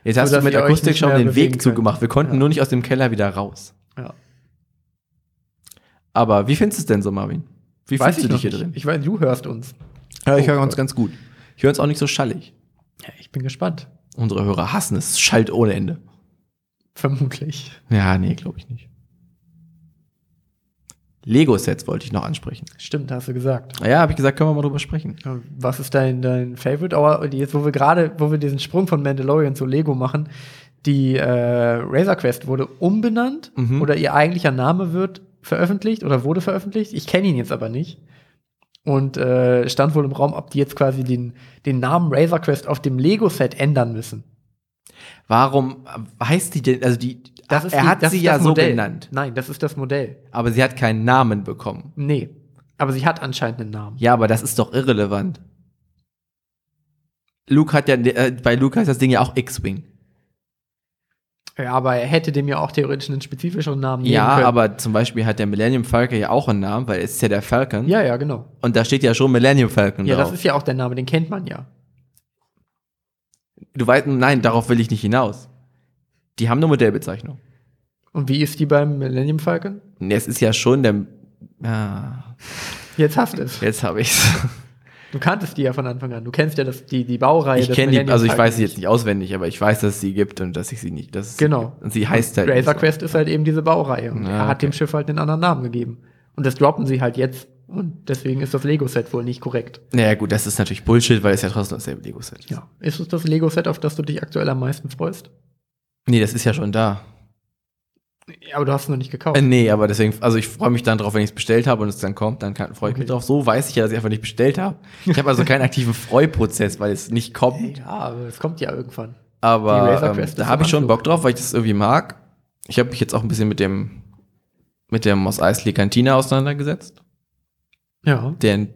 Jetzt hast du Sodass mit ihr euch Akustik nicht schon mehr den bewegen Weg könnt. zugemacht. Wir konnten Ja. nur nicht aus dem Keller wieder raus. Ja. Aber wie findest du es denn so, Marvin? Wie Weiß fühlst du ich dich noch hier nicht. drin? Ich weiß, du hörst uns. Ja, ich höre uns ganz gut. Ich höre uns auch nicht so schallig. Ja, ich bin gespannt. Unsere Hörer hassen es. Es Schallt ohne Ende. Vermutlich. Ja, nee, glaube ich nicht. Lego-Sets wollte ich noch ansprechen. Stimmt, hast du gesagt. Ja, habe ich gesagt, können wir mal drüber sprechen. Ja, Was ist dein, dein Favorite? Aber jetzt, wo wir gerade, wo wir diesen Sprung von Mandalorian zu Lego machen, die äh, Razor Quest wurde umbenannt Mhm. oder ihr eigentlicher Name wird veröffentlicht oder wurde veröffentlicht. Ich kenne ihn jetzt aber nicht. Und äh, stand wohl im Raum, ob die jetzt quasi den, den Namen Razor Quest auf dem Lego-Set ändern müssen. Warum heißt die denn, also die, Das ach, ist er die- hat das sie ist ja das so Modell. genannt, Nein, das ist das Modell. aber sie hat keinen Namen bekommen. Nee. Aber sie hat anscheinend einen Namen. Ja, aber das ist doch irrelevant. Luke hat ja, äh, bei Luke heißt das Ding ja auch X-Wing. Ja, aber er hätte dem ja auch theoretisch einen spezifischeren Namen nehmen Ja, können. aber zum Beispiel hat der Millennium Falcon ja auch einen Namen, weil es ist ja der Falcon. Ja, ja, genau. Und da steht ja schon Millennium Falcon Ja, das drauf. ist ja auch der Name, den kennt man ja. du weißt, nein, darauf will ich nicht hinaus. Die haben eine Modellbezeichnung. Und wie ist die beim Millennium Falcon? Und es ist ja schon der. Ah, Jetzt hast du es. jetzt habe ich's. Du kanntest die ja von Anfang an. Du kennst ja das, die, die Baureihe. ich des kenne die, Millennium also ich Falcon weiß sie jetzt nicht auswendig, aber ich weiß, dass es sie gibt und dass ich sie nicht. Dass es Genau. Sie gibt. Und sie heißt halt. Razor so. Quest ist halt eben diese Baureihe. Und Ja, er hat okay. dem Schiff halt den anderen Namen gegeben. Und das droppen sie halt jetzt. Und deswegen ist das Lego-Set wohl nicht korrekt. Naja, gut, das ist natürlich Bullshit, weil es ja trotzdem dasselbe Lego-Set ist. Ja. Ist es das Lego-Set, auf das du dich aktuell am meisten freust? Nee, das ist ja schon da. Ja, aber du hast es noch nicht gekauft. Äh, nee, aber deswegen, also ich freue mich dann drauf, wenn ich es bestellt habe und es dann kommt, dann kann- freue ich mich Okay. drauf. So weiß ich ja, dass ich einfach nicht bestellt habe. Ich habe also keinen aktiven Freuprozess, weil es nicht kommt. ja, aber es kommt ja irgendwann. Die Razor Aber ähm, Crest da ist habe im ich schon Anflug. Bock drauf, weil ich das irgendwie mag. Ich habe mich jetzt auch ein bisschen mit dem mit der Mos Eisley Kantine auseinandergesetzt, Ja. der,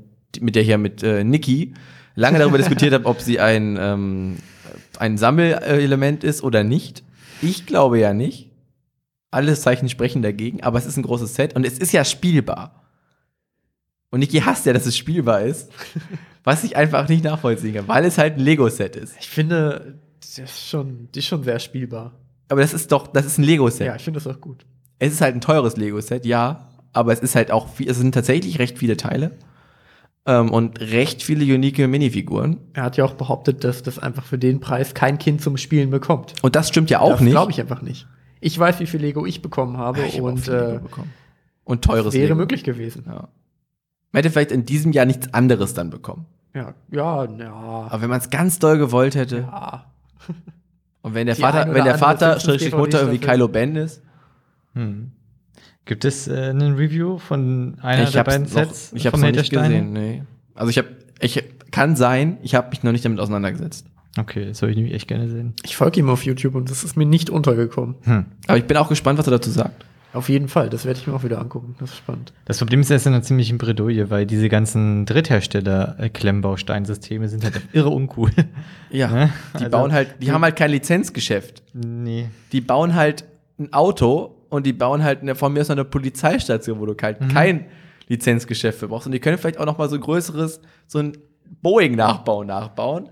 mit der ich ja mit äh, Niki lange darüber diskutiert habe, ob sie ein, ähm, ein Sammelelement ist oder nicht. Ich glaube ja nicht. Alle Zeichen sprechen dagegen, aber es ist ein großes Set und es ist ja spielbar. Und Niki hasst ja, dass es spielbar ist, was ich einfach nicht nachvollziehen kann, weil es halt ein Lego-Set ist. Ich finde, das ist schon, die ist schon sehr spielbar. Aber das ist doch, das ist ein Lego-Set. Ja, ich finde das auch gut. Es ist halt ein teures Lego-Set, ja, aber es ist halt auch, viel, es sind tatsächlich recht viele Teile ähm, und recht viele unique Minifiguren. Er hat ja auch behauptet, dass das einfach für den Preis kein Kind zum Spielen bekommt. Und das stimmt ja auch das nicht. glaube ich einfach nicht. Ich weiß, wie viel Lego ich bekommen habe Ich hab auch und viel Lego äh, bekommen. und wäre teures Lego. möglich gewesen. Ja. Man hätte vielleicht in diesem Jahr nichts anderes dann bekommen. Ja, ja, ja. Aber wenn man es ganz doll gewollt hätte ja. und wenn der Die ein Vater, oder wenn der andere Vater, 15 Schrägstrich Mutter irgendwie DVD-Staffel. Kylo Ben ist, Hm. Gibt es äh, ein Review von einer der hab's beiden noch, Sets? ich vom hab's noch nicht Haterstein? gesehen. Nee. Also ich habe, ich kann sein, ich habe mich noch nicht damit auseinandergesetzt. Okay, das soll ich nämlich echt gerne sehen. Ich folge ihm auf YouTube und das ist mir nicht untergekommen. Hm. Aber ich bin auch gespannt, was er dazu sagt. Auf jeden Fall, das werde ich mir auch wieder angucken. Das ist spannend. Das Problem ist, er ist in einer ziemlichen Bredouille, weil diese ganzen Dritthersteller-Klemmbausteinsysteme sind halt irre uncool. Ja, Ne? die Also- bauen halt, die haben halt kein Lizenzgeschäft. nee. Die bauen halt ein Auto und die bauen halt eine, von mir aus noch eine Polizeistation, wo du halt Mhm. kein Lizenzgeschäft für brauchst. Und die können vielleicht auch noch mal so ein größeres, so ein Boeing-Nachbau nachbauen.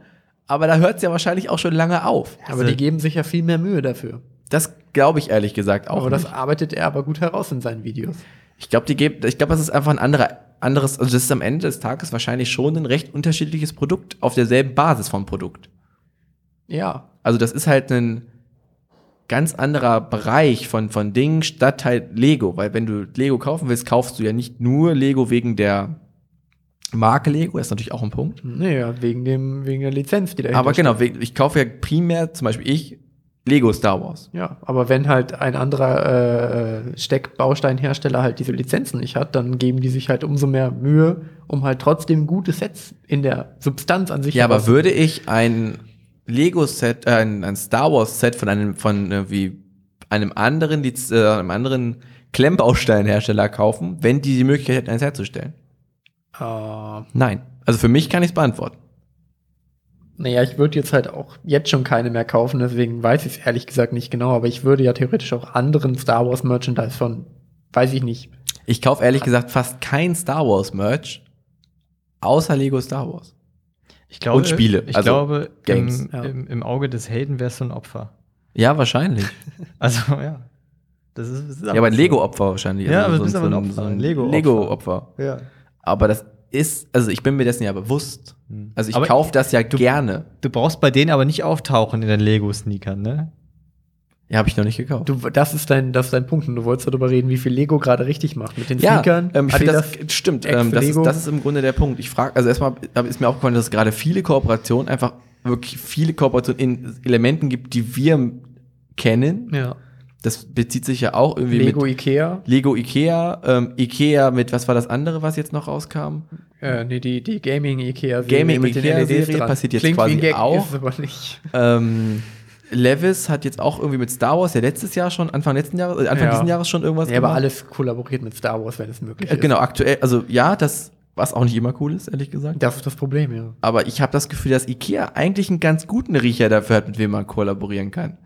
Aber da hört es ja wahrscheinlich auch schon lange auf. Also Aber die geben sich ja viel mehr Mühe dafür. Das glaube ich ehrlich gesagt auch. aber das nicht. arbeitet er aber gut heraus in seinen Videos. Ich glaube, die geben, ich glaube, das ist einfach ein anderer, anderes, also das ist am Ende des Tages wahrscheinlich schon ein recht unterschiedliches Produkt auf derselben Basis von Produkt. Ja. Also das ist halt ein ganz anderer Bereich von, von Dingen statt halt Lego, weil wenn du Lego kaufen willst, kaufst du ja nicht nur Lego wegen der Marke Lego, das ist natürlich auch ein Punkt. Naja, wegen, dem, wegen der Lizenz, die dahinter Aber genau, wegen- ich kaufe ja primär, zum Beispiel ich, Lego Star Wars. Ja, aber wenn halt ein anderer äh, Steckbausteinhersteller halt diese Lizenzen nicht hat, dann geben die sich halt umso mehr Mühe, um halt trotzdem gute Sets in der Substanz an sich Ja, aber heraus- würde ich ein Lego-Set, äh, ein, ein Star Wars-Set von einem, von irgendwie einem anderen, Liz- äh, einem anderen Klemmbausteinhersteller kaufen, wenn die die Möglichkeit hätten, eins herzustellen? Äh, Nein. Also für mich kann ich es beantworten. naja, ich würde jetzt halt auch jetzt schon keine mehr kaufen, deswegen weiß ich es ehrlich gesagt nicht genau, aber ich würde ja theoretisch auch anderen Star Wars Merchandise von, weiß ich nicht. Ich kaufe ehrlich gesagt fast kein Star Wars-Merch, außer Lego Star Wars. Ich glaube, Und Spiele, Ich also glaube, Games. Im, Ja. im, im Auge des Helden wärst du ein Opfer. Ja, wahrscheinlich. Also, ja. Das ist, das ist ja, aber ein Lego-Opfer wahrscheinlich. Also Ja, aber du so bist ein- aber ein so Opfer, So ein ein Lego-Opfer. Lego-Opfer. Ja. aber das ist, also ich bin mir dessen ja bewusst. Hm. Also ich Aber kaufe das ja gerne. Du brauchst bei denen aber nicht auftauchen in den Lego-Sneakern, ne? Ja, habe ich noch nicht gekauft. Du, das ist dein, das ist dein Punkt. Und du wolltest darüber reden, wie viel Lego gerade richtig macht mit den Ja, Sneakern. ähm, ich finde das, Adidas. stimmt. Ex Ähm, das, ist, Lego. das ist im Grunde der Punkt. Ich frage, also erstmal ist mir aufgefallen, dass es gerade viele Kooperationen, einfach wirklich viele Kooperationen in Elementen gibt, die wir kennen. ja. Das bezieht sich ja auch irgendwie Lego mit Ikea. Lego Ikea, ähm, Ikea mit, was war das andere, was jetzt noch rauskam? Äh, nee, die, die Gaming Ikea Gaming E Ikea Serie passiert jetzt quasi auch. Ist aber nicht. Ähm, Levis hat jetzt auch irgendwie mit Star Wars, ja letztes Jahr schon, Anfang letzten Jahres, äh, Anfang Ja. diesen Jahres schon irgendwas Ja, aber gemacht. alles kollaboriert mit Star Wars, wenn es genau? möglich Äh, ist. genau, aktuell, also ja, das, was auch nicht immer cool ist, ehrlich gesagt. Das ist das Problem, ja. Aber ich habe das Gefühl, dass Ikea eigentlich einen ganz guten Riecher dafür hat, mit wem man kollaborieren kann.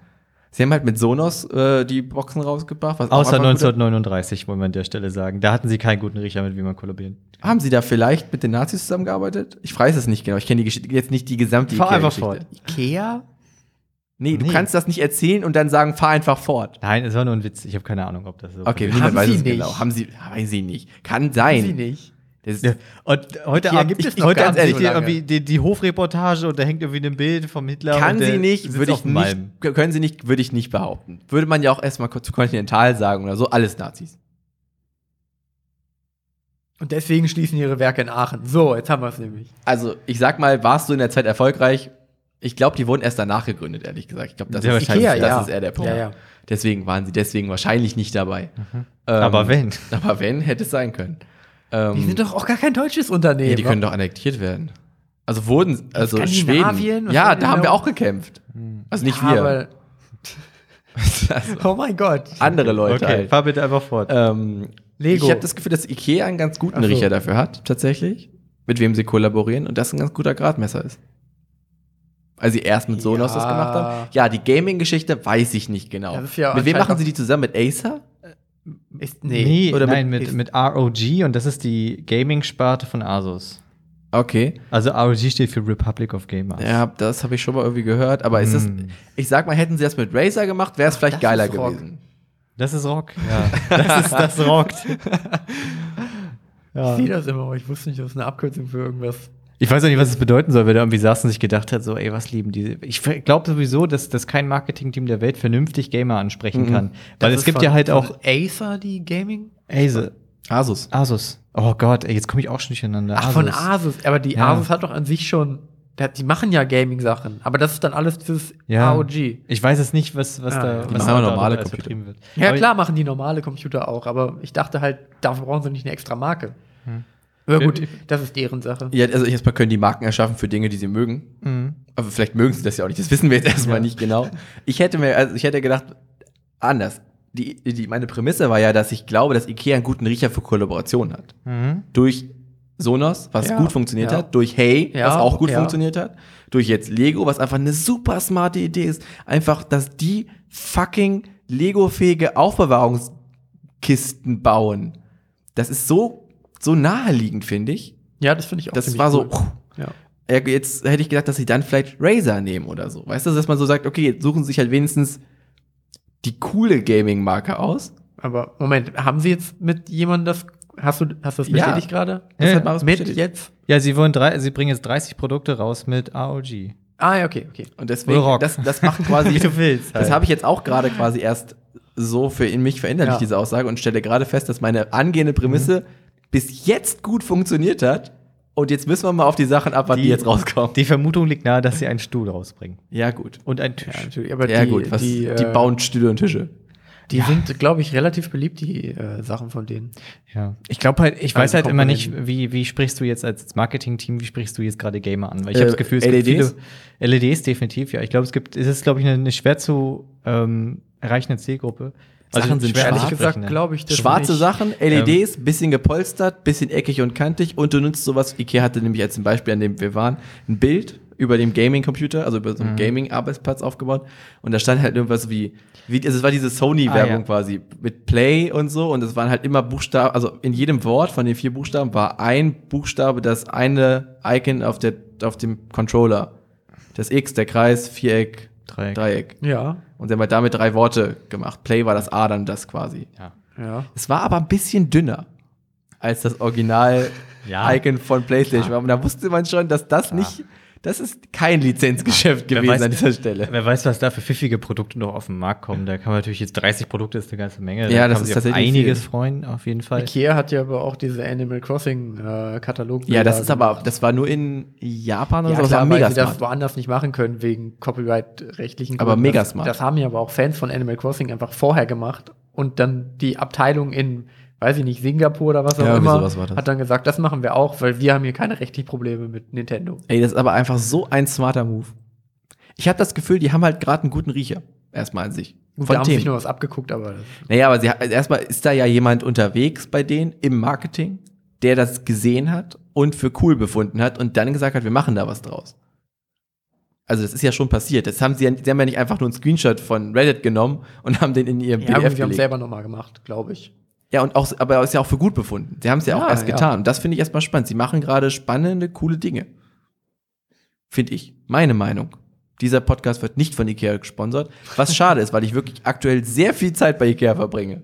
Sie haben halt mit Sonos äh, die Boxen rausgebracht. Was auch Außer einfach gut- 1939, wollen wir an der Stelle sagen. Da hatten sie keinen guten Riecher, mit wem man kollaborieren. Haben sie da vielleicht mit den Nazis zusammengearbeitet? Ich weiß es nicht genau. Ich kenne die Geschichte jetzt nicht die gesamte Fahr einfach Ikea-Geschichte. fort. Ikea? Nee, du Nee. kannst das nicht erzählen und dann sagen, fahr einfach fort. Nein, es war nur ein Witz. Ich habe keine Ahnung, ob das so Okay, gewesen niemand sie weiß es nicht. genau. Haben sie, weiß ich nicht. Kann sein. Sie nicht. Das ist, Ja. Und heute Hier Abend, gibt es ich, noch heute gar Abend nicht seht so ihr lange. irgendwie die, die Hofreportage und da hängt irgendwie ein Bild vom Hitler. Kann und der sie nicht, sitzt würde auf ich dem nicht, Malm. können sie nicht, würde ich nicht behaupten. Würde man ja auch erstmal zu Continental sagen oder so, alles Nazis. Und deswegen schließen ihre Werke in Aachen. So, jetzt haben wir es nämlich. Also, ich sag mal, warst du in der Zeit erfolgreich? Ich glaube, die wurden erst danach gegründet, ehrlich gesagt. Ich glaube, das, Sehr ist, wahrscheinlich, das ist eher der Punkt. Ja, ja. Deswegen waren sie deswegen wahrscheinlich nicht dabei. Ähm, Aber wenn. Aber wenn, hätte es sein können. Ähm, Die sind doch auch gar kein deutsches Unternehmen. ja, die können doch annektiert werden. Also wurden, also Skandinavien? Schweden. Was Ja, haben die da haben da wir oben? auch gekämpft. Also nicht Ja, wir. aber- Also, Oh mein Gott. andere Leute Okay, halt. fahr bitte einfach fort. Ähm, Lego. Ich habe das Gefühl, dass Ikea einen ganz guten Ach so. Riecher dafür hat, tatsächlich, mit wem sie kollaborieren und das ein ganz guter Gradmesser ist. Als sie erst mit Sonos das Ja. gemacht haben. Ja, die Gaming-Geschichte weiß ich nicht genau. Das ist ja mit wem anscheinend machen sie auch- die zusammen? Mit Acer? Ist, Nee, nee oder mit- nein, mit, ist- mit ROG und das ist die Gaming-Sparte von Asus. Okay. Also ROG steht für Republic of Gamers. Ja, das habe ich schon mal irgendwie gehört. Aber ist das, Hm. ich sag mal, hätten sie das mit Razer gemacht, wäre es vielleicht das geiler ist Rock. gewesen. Das ist Rock. Ja. Das ist das rockt. Ich ja. sehe das immer, aber ich wusste nicht, das ist eine Abkürzung für irgendwas. Ich weiß auch nicht, was es bedeuten soll, wenn er irgendwie saß und sich gedacht hat, so, ey, was lieben die? Ich glaube sowieso, dass, dass kein Marketing-Team der Welt vernünftig Gamer ansprechen Mhm. kann. Weil Das es ist gibt von- ja halt von auch Acer, die Gaming? Asus. Asus. Asus. Oh Gott, ey, jetzt komme ich auch schon durcheinander. Ach, von Asus. Aber die Ja. Asus hat doch an sich schon, der hat- die machen ja Gaming-Sachen. Aber das ist dann alles dieses Ja. ROG. Ich weiß jetzt nicht, was, was Ah, da die was machen da normale darunter alles Computer. vertrieben wird. Ja, Aber- klar machen die normale Computer auch, aber ich dachte halt, dafür brauchen sie nicht eine extra Marke. Hm. Aber gut, Ja, das ist deren Sache. Ja, also erstmal können die Marken erschaffen für Dinge, die sie mögen. Mhm. Aber vielleicht mögen sie das ja auch nicht. Das wissen wir jetzt erstmal Ja. nicht genau. Ich hätte mir, also ich hätte gedacht, anders. Die, die, meine Prämisse war ja, dass ich glaube, dass Ikea einen guten Riecher für Kollaboration hat. Mhm. Durch Sonos, was Ja. gut funktioniert Ja. hat, durch Hey, Ja. was auch gut Ja. funktioniert hat, durch jetzt Lego, was einfach eine super smarte Idee ist. Einfach, dass die fucking Lego-fähige Aufbewahrungskisten bauen. Das ist so, so naheliegend, finde ich. Ja, das finde ich auch Das ziemlich war so, cool. puh, Ja. ja, jetzt hätte ich gedacht, dass sie dann vielleicht Razer nehmen oder so. Weißt du, dass man so sagt, okay, jetzt suchen sie sich halt wenigstens die coole Gaming-Marke aus. Aber Moment, haben sie jetzt mit jemandem das, hast du, hast du das Ja. bestätigt gerade? Ja, ja. Marius Mit bestätigt. jetzt? Ja, sie wollen drei, sie bringen jetzt 30 Produkte raus mit ROG. Ah, ja, okay, okay. Und deswegen, Rock. das, das macht quasi, willst. das habe ich jetzt auch gerade quasi erst so für in mich verändert, Ja. diese Aussage, und stelle gerade fest, dass meine angehende Prämisse bis jetzt gut funktioniert hat. Und jetzt müssen wir mal auf die Sachen abwarten, die, Die- jetzt Oh. rauskommen. Die Vermutung liegt nahe, dass sie einen Stuhl rausbringen. ja, gut. Und einen Ja, Tisch. natürlich, aber ja, die, gut. Was, die, die, äh, bauen Stühle und Tische. die sind, glaube ich, relativ beliebt, die äh, Sachen von denen. Ja. Ich glaube halt, ich weiß Also halt immer Komponenten. nicht, wie, wie sprichst du jetzt als Marketing-Team, wie sprichst du jetzt gerade Gamer an? Weil ich habe Äh, das Gefühl, es LEDs? gibt viele LEDs definitiv, ja. Ich glaube, es gibt, es ist, glaube ich, eine, eine schwer zu ähm, erreichende Zielgruppe. Also Sachen sind schwarz. Also Ehrlich ansprechende. gesagt, glaube ich das Schwarze nicht. Sachen, Ähm. LEDs, bisschen gepolstert, bisschen eckig und kantig und du nutzt sowas. Ikea hatte nämlich als ein Beispiel, an dem wir waren, ein Bild über dem Gaming-Computer, also über so Mhm. einen Gaming-Arbeitsplatz aufgebaut und da stand halt irgendwas wie, wie also es war diese Sony-Werbung Ah, ja. quasi mit Play und so und es waren halt immer Buchstaben, also in jedem Wort von den vier Buchstaben war ein Buchstabe, das eine Icon auf, der, auf dem Controller. Das X, der Kreis, Viereck, Dreieck. Dreieck. Ja, Und sie haben halt damit drei Worte gemacht. Play war das A, dann das quasi. Ja. ja. Es war aber ein bisschen dünner als das Ja. Original-Icon von PlayStation. Und da wusste man schon, dass das nicht, das ist kein Lizenzgeschäft Wer gewesen weiß- an dieser Stelle. Wer weiß, was da für pfiffige Produkte noch auf den Markt kommen. Da kann man natürlich jetzt 30 Produkte ist eine ganze Menge. Da Ja, kann das man ist sich auf tatsächlich einiges viel. freuen, auf jeden Fall. Ikea hat ja aber auch diese Animal Crossing äh, Katalog. Ja, das ist aber, das war nur in Japan oder ja, so, das klar, war mega weil sie das smart. woanders nicht machen können wegen Copyright-rechtlichen Aber mega Das- smart. Das haben ja aber auch Fans von Animal Crossing einfach vorher gemacht und dann die Abteilung in, weiß ich nicht, Singapur oder was auch Ja, irgendwie immer, sowas war das. hat dann gesagt, das machen wir auch, weil wir haben hier keine rechtlichen Probleme mit Nintendo. Ey, das ist aber einfach so ein smarter Move. Ich habe das Gefühl, die haben halt gerade einen guten Riecher. Erstmal an sich. Gut, Von da haben Themen. sich nur was abgeguckt, aber das, Naja, aber sie, also erstmal ist da ja jemand unterwegs bei denen im Marketing, der das gesehen hat und für cool befunden hat und dann gesagt hat, wir machen da was draus. Also das ist ja schon passiert. Das haben sie, ja, sie haben ja nicht einfach nur einen Screenshot von Reddit genommen und haben den in ihrem PDF ja, gut, wir haben es gelegt. selber nochmal gemacht, glaube ich. Ja, und auch, aber ist ja auch für gut befunden. Sie haben es ja, auch Ja, erst ja. getan. Und das finde ich erstmal spannend. Sie machen gerade spannende, coole Dinge. Finde ich. Meine Meinung. Dieser Podcast wird nicht von Ikea gesponsert, was schade ist, weil ich wirklich aktuell sehr viel Zeit bei Ikea verbringe.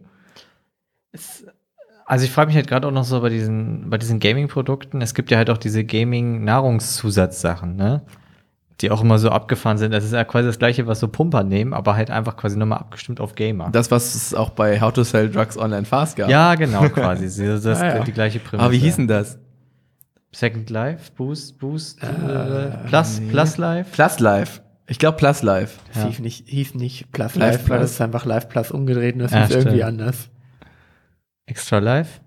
Also ich frage mich halt gerade auch noch so bei diesen, bei diesen Gaming-Produkten. Es gibt ja halt auch diese Gaming-Nahrungszusatzsachen, ne? Die auch immer so abgefahren sind. Das ist ja quasi das gleiche, was so Pumper nehmen, aber halt einfach quasi nochmal abgestimmt auf Gamer. Das, was es auch bei How to Sell Drugs Online Fast gab. ja, genau, quasi. So, Das ist Ah, Ja, ja. die gleiche Prämisse. Aber wie hießen das? Second Life, Boost, Boost, äh, Plus, Plus Life. Plus Life. Ich glaube Plus Life. Das Ja. hieß, nicht, hieß nicht Plus Live Live, weil Plus. das ist einfach Live Plus umgedreht und das Ja, ist irgendwie stimmt. anders. Extra Life.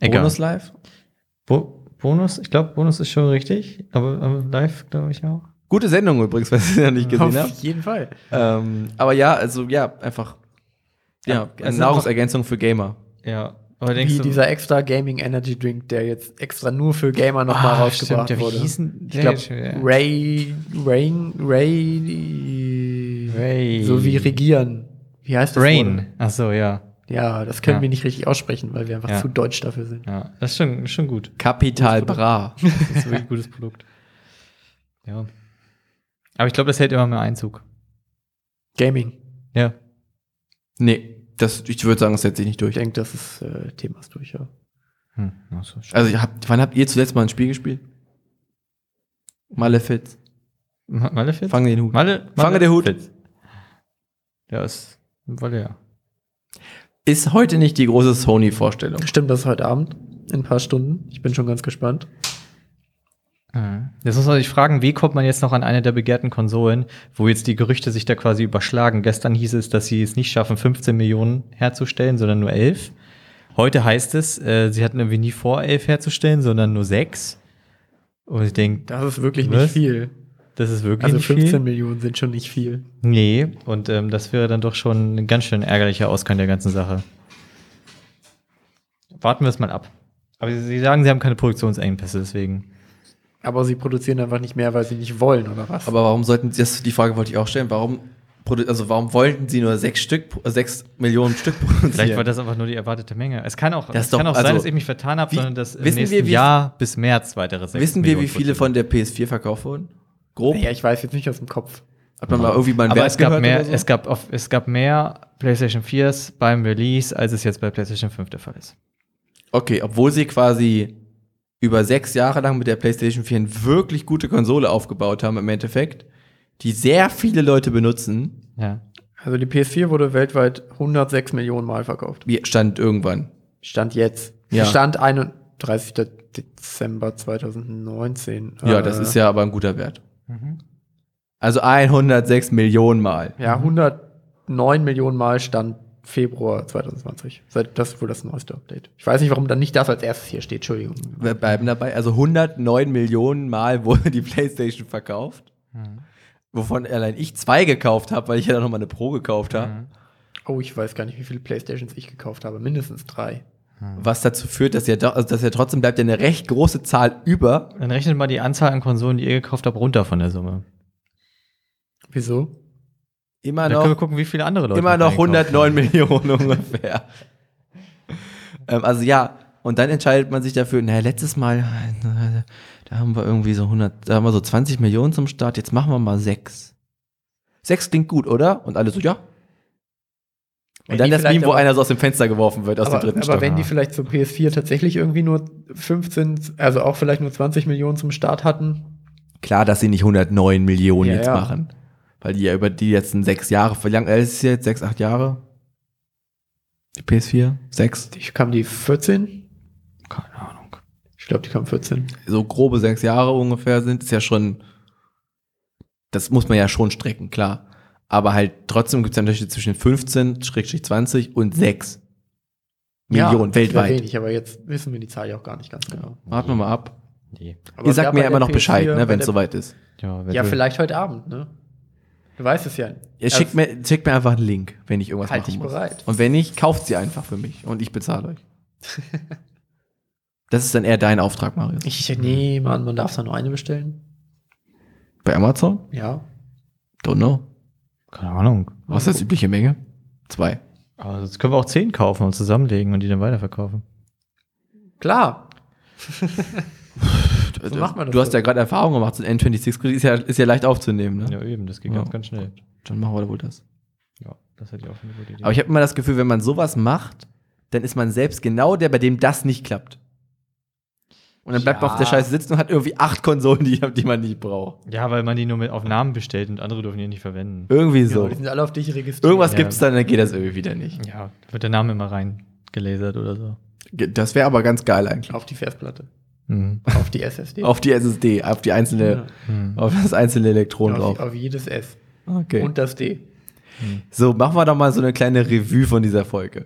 Egal. Bonus Life. Bo Bonus, ich glaube, Bonus ist schon richtig, aber, aber live glaube ich auch. Gute Sendung übrigens, was ich noch nicht gesehen habe. Auf jeden Fall. Ähm, aber ja, also ja, einfach. Ja, Ja, es sind Nahrungsergänzung für Gamer. Ja, Aber denkst Wie du- dieser extra Gaming Energy Drink, der jetzt extra nur für Gamer nochmal Ah, rausgebracht stimmt, ja, wie wurde. hieß denn ich der glaube, jetzt schon wieder? Ray, Rain, Ray, Ray. So wie regieren. Wie heißt das? Wort? Rain. Ach so, ja. Ja, das können Ja. wir nicht richtig aussprechen, weil wir einfach Ja. zu deutsch dafür sind. Ja, das ist schon, schon gut. Kapital Bra. Das ist wirklich ein gutes Produkt. Ja. Aber ich glaube, das hält immer mehr Einzug. Gaming. Ja. nee, das, ich würde sagen, das setzt sich nicht Ich durch. denke, das ist äh, Thema ist durch, ja. Hm. Ach so, schön. Also, ihr habt, wann habt ihr zuletzt mal ein Spiel gespielt? Malefiz. Ma- Malefiz? Fange den Hut. Malle, Fange den Hut. Ja, ist. Wolle ja. Ist heute nicht die große Sony-Vorstellung. Stimmt, das ist heute Abend. In ein paar Stunden. Ich bin schon ganz gespannt. Mhm. Jetzt muss man sich fragen, wie kommt man jetzt noch an eine der begehrten Konsolen, wo jetzt die Gerüchte sich da quasi überschlagen. Gestern hieß es, dass sie es nicht schaffen, 15 Millionen herzustellen, sondern nur 11. Heute heißt es, äh, sie hatten irgendwie nie vor, 11 herzustellen, sondern nur 6. Und ich denke, Das ist wirklich Was? nicht viel. das ist wirklich Also nicht 15 viel. Millionen sind schon nicht viel. Nee, und ähm, das wäre dann doch schon ein ganz schön ärgerlicher Ausgang der ganzen Sache. Warten wir es mal ab. Aber Sie- Sie sagen, Sie haben keine Produktionsengpässe, deswegen. Aber sie produzieren einfach nicht mehr, weil sie nicht wollen, oder was? Aber warum sollten sie, das, die Frage wollte ich auch stellen, warum, produ- also warum wollten sie nur sechs Stück, pro- sechs Millionen Stück produzieren? Vielleicht war das einfach nur die erwartete Menge. Es kann auch, Das es kann doch- auch sein, also, dass ich mich vertan habe, wie- sondern dass im wissen wir, nächsten wie- Jahr bis März weitere sechs Wissen wir, wie Millionen viele von der PS4 verkauft wurden? Grob? ja, ich weiß jetzt nicht aus dem Kopf. Hat man mal irgendwie mal einen Aber Wert es gab, gehört mehr, oder so? es, gab auf, es gab mehr PlayStation 4s beim Release, als es jetzt bei PlayStation 5 der Fall ist. Okay, obwohl sie quasi über sechs Jahre lang mit der PlayStation 4 eine wirklich gute Konsole aufgebaut haben im Endeffekt, die sehr viele Leute benutzen, Ja. Also die PS4 wurde weltweit 106 Millionen Mal verkauft. wie stand irgendwann. Stand jetzt. Ja. Stand 31. Dezember 2019. Ja, Ah. Äh, das ist ja aber ein guter Wert. Also 106 Millionen Mal. Äh, Ja, 109 Millionen Mal stand Februar 2020. Seit- Das ist wohl das neueste Update. Ich weiß nicht, warum dann nicht das als erstes hier steht. Entschuldigung. Wir bleiben dabei. Also 109 Millionen Mal wurde die PlayStation verkauft, Hm. wovon allein ich zwei gekauft habe, weil ich ja dann nochmal eine Pro gekauft habe. Hm. Oh, ich weiß gar nicht, wie viele Playstations ich gekauft habe. Mindestens drei. Was dazu führt, dass ja, doch, also dass ja trotzdem bleibt ja eine recht große Zahl über. Dann rechnet mal die Anzahl an Konsolen, die ihr gekauft habt, runter von der Summe. Wieso? Immer Dann können wir noch, gucken, wie viele andere Leute. immer noch einkaufen. 109 Millionen ungefähr. ähm, also ja, und dann entscheidet man sich dafür, naja, letztes Mal, äh, da haben wir irgendwie so 100, da haben wir so 20 Millionen zum Start, jetzt machen wir mal sechs. Sechs klingt gut, oder? Und alle so, ja, Und dann das Meme, wo einer so aus dem Fenster geworfen wird, aus aber, dem dritten aber Stock. wenn die vielleicht zur PS4 tatsächlich irgendwie nur 15, also auch vielleicht nur 20 Millionen zum Start hatten, Klar, dass sie nicht 109 Millionen Ja, jetzt ja. machen. Weil die ja über die letzten sechs Jahre verlangen. Äh, Es ist jetzt sechs, acht Jahre. Die PS4? Sechs? die- kamen die 14? Keine Ahnung. Ich glaube, die kamen 14. So grobe sechs Jahre ungefähr sind. Ist ja schon. Das muss man ja schon strecken, klar. Aber halt trotzdem gibt es einen Unterschied zwischen 15, Schrägstrich 20 und 6 Millionen Ja, das wär weltweit. Wenig, aber jetzt wissen wir die Zahl ja auch gar nicht ganz genau. Warten wir mal ab. Nee. Aber Ihr es gab sagt mir bei ja immer der noch Bescheid, PS4 ne, bei wenn der- es soweit ist. Ja, wenn Ja, du- vielleicht heute Abend, ne? Du weißt es ja. Also Ihr schickt mir, schickt mir einfach einen Link, wenn ich irgendwas Halt machen dich muss. bereit. Und wenn nicht, kauft sie einfach für mich und ich bezahle euch. das ist dann eher dein Auftrag, Marius. Ich nee, Mann, man darf da nur eine bestellen. Bei Amazon? Ja. Don't know. Keine Ahnung. Was ist das übliche Menge? Zwei. Aber sonst können wir auch 10 kaufen und zusammenlegen und die dann weiterverkaufen. Klar. So macht man das du hast doch. ja gerade Erfahrung gemacht, so ein N26 ist ja, ist ja leicht aufzunehmen, ne? Ja, eben, das geht Ja. ganz, ganz schnell. Dann machen wir wohl das. Ja, das hätte ich auch eine gute Idee. Aber ich habe immer das Gefühl, wenn man sowas macht, dann ist man selbst genau der, bei dem das nicht klappt. Und dann bleibt man auf der Ja. Scheiße sitzen und hat irgendwie acht Konsolen, die, die man nicht braucht. ja, weil man die nur mit auf Namen bestellt und andere dürfen die nicht verwenden. Irgendwie so. Genau, die sind alle auf dich registriert. Irgendwas Ja. gibt's dann, dann geht das irgendwie wieder nicht. Ja, wird der Name immer reingelasert oder so. Das wäre aber ganz geil eigentlich. Auf die Festplatte. Mhm. Auf die SSD. Auf die SSD, auf die einzelne, Oh, Mhm. auf das einzelne Elektron auf, drauf. auf jedes S. Okay. Und das D. so, machen wir doch mal so eine kleine Revue von dieser Folge.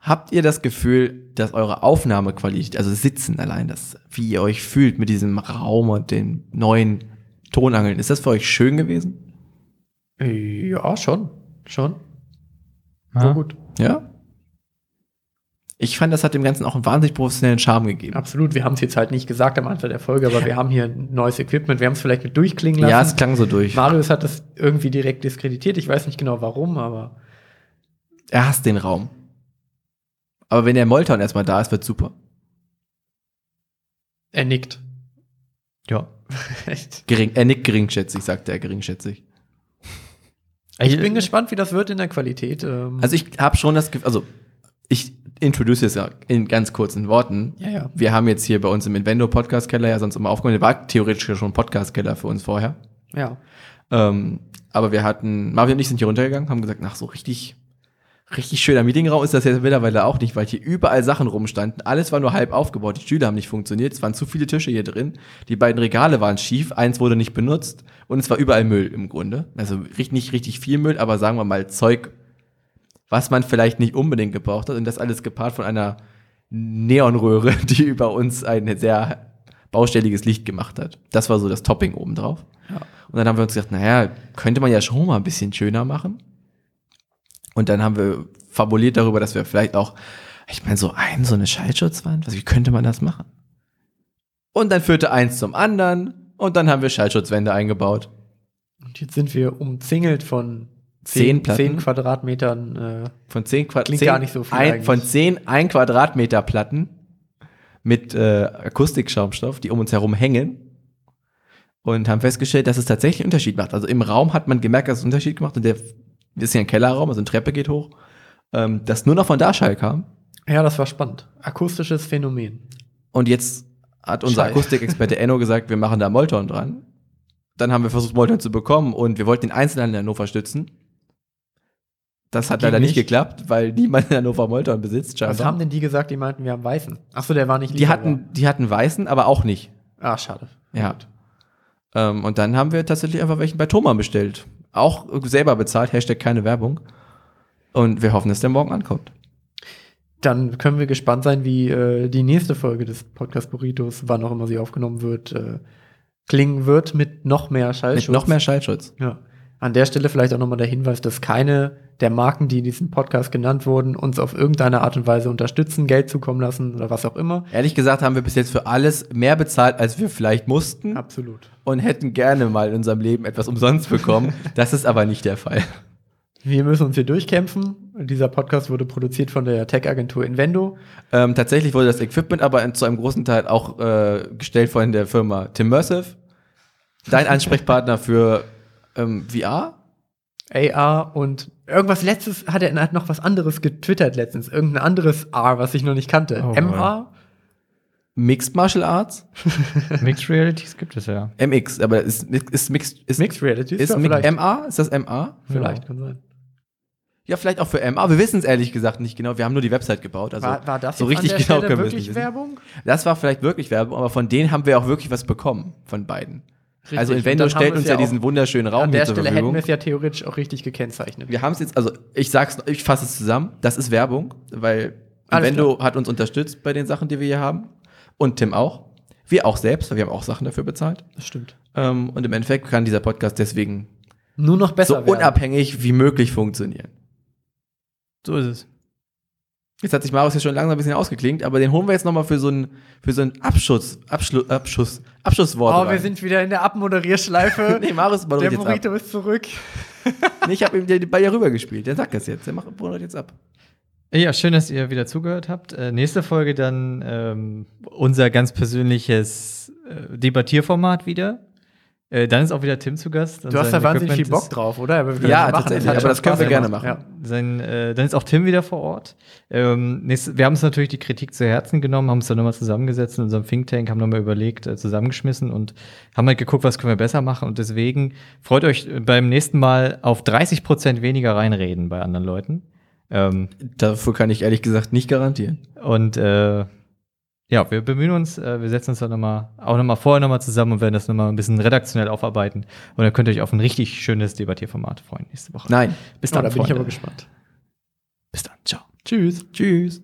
Habt ihr das Gefühl, dass eure Aufnahmequalität, also Sitzen allein, das, wie ihr euch fühlt mit diesem Raum und den neuen Tonangeln, ist das für euch schön gewesen? Äh, Ja, schon. Schon. Ja? gut. Ja? Ich fand, das hat dem Ganzen auch einen wahnsinnig professionellen Charme gegeben. Absolut, wir haben es jetzt halt nicht gesagt am Anfang der Folge, aber wir haben hier neues Equipment, wir haben es vielleicht mit durchklingen lassen. Ja, es klang so durch. Marius hat es irgendwie direkt diskreditiert, ich weiß nicht genau warum, aber Er hasst den Raum. Aber wenn der Molton erstmal da ist, wird super. er nickt. Ja. Echt. Gering, er nickt geringschätzig, sagte er geringschätzig. Ich bin gespannt, wie das wird in der Qualität. Ähm, Also ich habe schon das Gefühl, also ich introduce es ja in ganz kurzen Worten. ja, ja. Wir haben jetzt hier bei uns im Invendo Podcast Keller ja sonst immer aufgenommen. Der war theoretisch ja schon ein Podcast Keller für uns vorher. ja. Ähm, aber wir hatten, Marvin und ich sind hier runtergegangen, haben gesagt, nach so richtig, richtig schöner Meetingraum ist das jetzt mittlerweile auch nicht, weil hier überall Sachen rumstanden. Alles war nur halb aufgebaut, die Stühle haben nicht funktioniert, es waren zu viele Tische hier drin, die beiden Regale waren schief, eins wurde nicht benutzt und es war überall Müll im Grunde. Also richt- nicht richtig viel Müll, aber sagen wir mal Zeug, was man vielleicht nicht unbedingt gebraucht hat und das alles gepaart von einer Neonröhre, die über uns ein sehr baustelliges Licht gemacht hat. Das war so das Topping obendrauf. Und dann haben wir uns gedacht, naja, könnte man ja schon mal ein bisschen schöner machen. Und dann haben wir fabuliert darüber, dass wir vielleicht auch, ich meine, so ein, so eine Schallschutzwand, was, wie könnte man das machen? Und dann führte eins zum anderen und dann haben wir Schallschutzwände eingebaut. Und jetzt sind wir umzingelt von Zehn zehn Platten. zehn Quadratmetern. Äh, Von zehn Klingt Quadratmeter. gar nicht so viel ein, eigentlich. Von zehn ein Quadratmeter Platten mit äh, Akustikschaumstoff, die um uns herum hängen. Und haben festgestellt, dass es tatsächlich einen Unterschied macht. Also im Raum hat man gemerkt, dass es einen Unterschied gemacht und der das ist ja ein Kellerraum, also eine Treppe geht hoch, ähm, dass nur noch von da Schall kam. ja, das war spannend. Akustisches Phänomen. Und jetzt hat unser Schall. Akustikexperte Enno gesagt, wir machen da Molton dran. Dann haben wir versucht, Molton zu bekommen und wir wollten den Einzelhandel in Hannover stützen. Das hat Ging leider nicht nicht. geklappt, weil niemand in Hannover Molton besitzt. Was scheinbar. haben denn die gesagt? Die meinten, wir haben Weißen. Achso, der war nicht Die lieferbar. hatten, die hatten weißen, aber auch nicht. Ah, schade. Ja. Ähm, und dann haben wir tatsächlich einfach welchen bei Thomann bestellt. Auch selber bezahlt, Hashtag keine Werbung. Und wir hoffen, dass der morgen ankommt. Dann können wir gespannt sein, wie äh, die nächste Folge des Podcast Burritos, wann auch immer sie aufgenommen wird, äh, klingen wird mit noch mehr Schallschutz. Mit noch mehr Schallschutz. Ja. An der Stelle vielleicht auch nochmal der Hinweis, dass keine der Marken, die in diesem Podcast genannt wurden, uns auf irgendeine Art und Weise unterstützen, Geld zukommen lassen oder was auch immer. Ehrlich gesagt haben wir bis jetzt für alles mehr bezahlt, als wir vielleicht mussten Absolut. und hätten gerne mal in unserem Leben etwas umsonst bekommen. Das ist aber nicht der Fall. Wir müssen uns hier durchkämpfen. Dieser Podcast wurde produziert von der Tech-Agentur Invendo. Ähm, tatsächlich wurde das Equipment aber in, zu einem großen Teil auch äh, gestellt von der Firma Timmersive. Dein Ansprechpartner für ähm, VR? AR und irgendwas letztes hat er er hat noch was anderes getwittert letztens. Irgendein anderes R, was ich noch nicht kannte. Oh, MR? Mixed Martial Arts? Mixed Realities gibt es ja. MX, aber ist, ist Mixed. Ist, Mixed Reality. Ist ja, Mi- vielleicht. MA? Ist das MA? vielleicht, kann sein. Ja, vielleicht auch für MA. Wir wissen es ehrlich gesagt nicht genau. Wir haben nur die Website gebaut. Also war, war das so jetzt richtig an der genau Stelle können wir es wirklich nicht wissen. Werbung? Das war vielleicht wirklich Werbung, aber von denen haben wir auch wirklich was bekommen. Von beiden. Also und Invendo dann haben stellt wir es uns ja, ja auch- diesen wunderschönen Raum An hier der zur Stelle hätten Verfügung. wir es ja theoretisch auch richtig gekennzeichnet. Wir haben es jetzt, also ich sag's, ich fasse es zusammen. Das ist Werbung, weil Alles Invendo hat uns unterstützt bei den Sachen, die wir hier haben. Und Tim auch. Wir auch selbst, weil wir haben auch Sachen dafür bezahlt. Das stimmt. Ähm, Und im Endeffekt kann dieser Podcast deswegen Nur noch so besser werden. unabhängig wie möglich funktionieren. So ist es. Jetzt hat sich Marius ja schon langsam ein bisschen ausgeklingt, aber den holen wir jetzt nochmal für so einen für so einen Abschuss, Abschlu, Abschuss, Abschusswort. Oh, rein. wir sind wieder in der Abmoderierschleife. nee, Marius der moderiert jetzt ab. Burrito ist zurück. Nee, ich habe ihm den Ball ja rübergespielt. Der sagt das jetzt. Der macht moderiert jetzt ab. Ja, schön, dass ihr wieder zugehört habt. Äh, nächste Folge dann ähm, unser ganz persönliches äh, Debattierformat wieder. Äh, dann ist auch wieder Tim zu Gast. und Du hast da sein wahnsinnig viel Equipment Bock ist- drauf, oder? Aber wir können Ja, das machen. tatsächlich, hat aber schon das können wir Spaß gerne gemacht. machen. Sein, äh, dann ist auch Tim wieder vor Ort. Ähm, nächst, wir haben uns natürlich die Kritik zu Herzen genommen, haben uns dann nochmal zusammengesetzt in unserem Think Tank, haben nochmal überlegt, äh, zusammengeschmissen und haben halt geguckt, was können wir besser machen. Und deswegen freut euch äh, beim nächsten Mal auf 30 Prozent weniger reinreden bei anderen Leuten. Ähm, Dafür kann ich ehrlich gesagt nicht garantieren. und äh, ja, wir bemühen uns, äh, wir setzen uns dann nochmal, auch nochmal vorher nochmal zusammen und werden das nochmal ein bisschen redaktionell aufarbeiten. Und dann könnt ihr euch auf ein richtig schönes Debattierformat freuen nächste Woche. Nein. Bis Ja. Oh, dann, da bin ich Freunde. aber gespannt. Bis dann, ciao. Tschüss. Tschüss.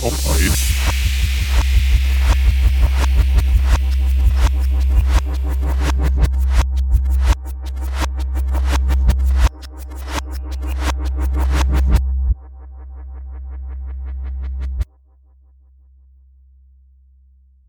Ob ein.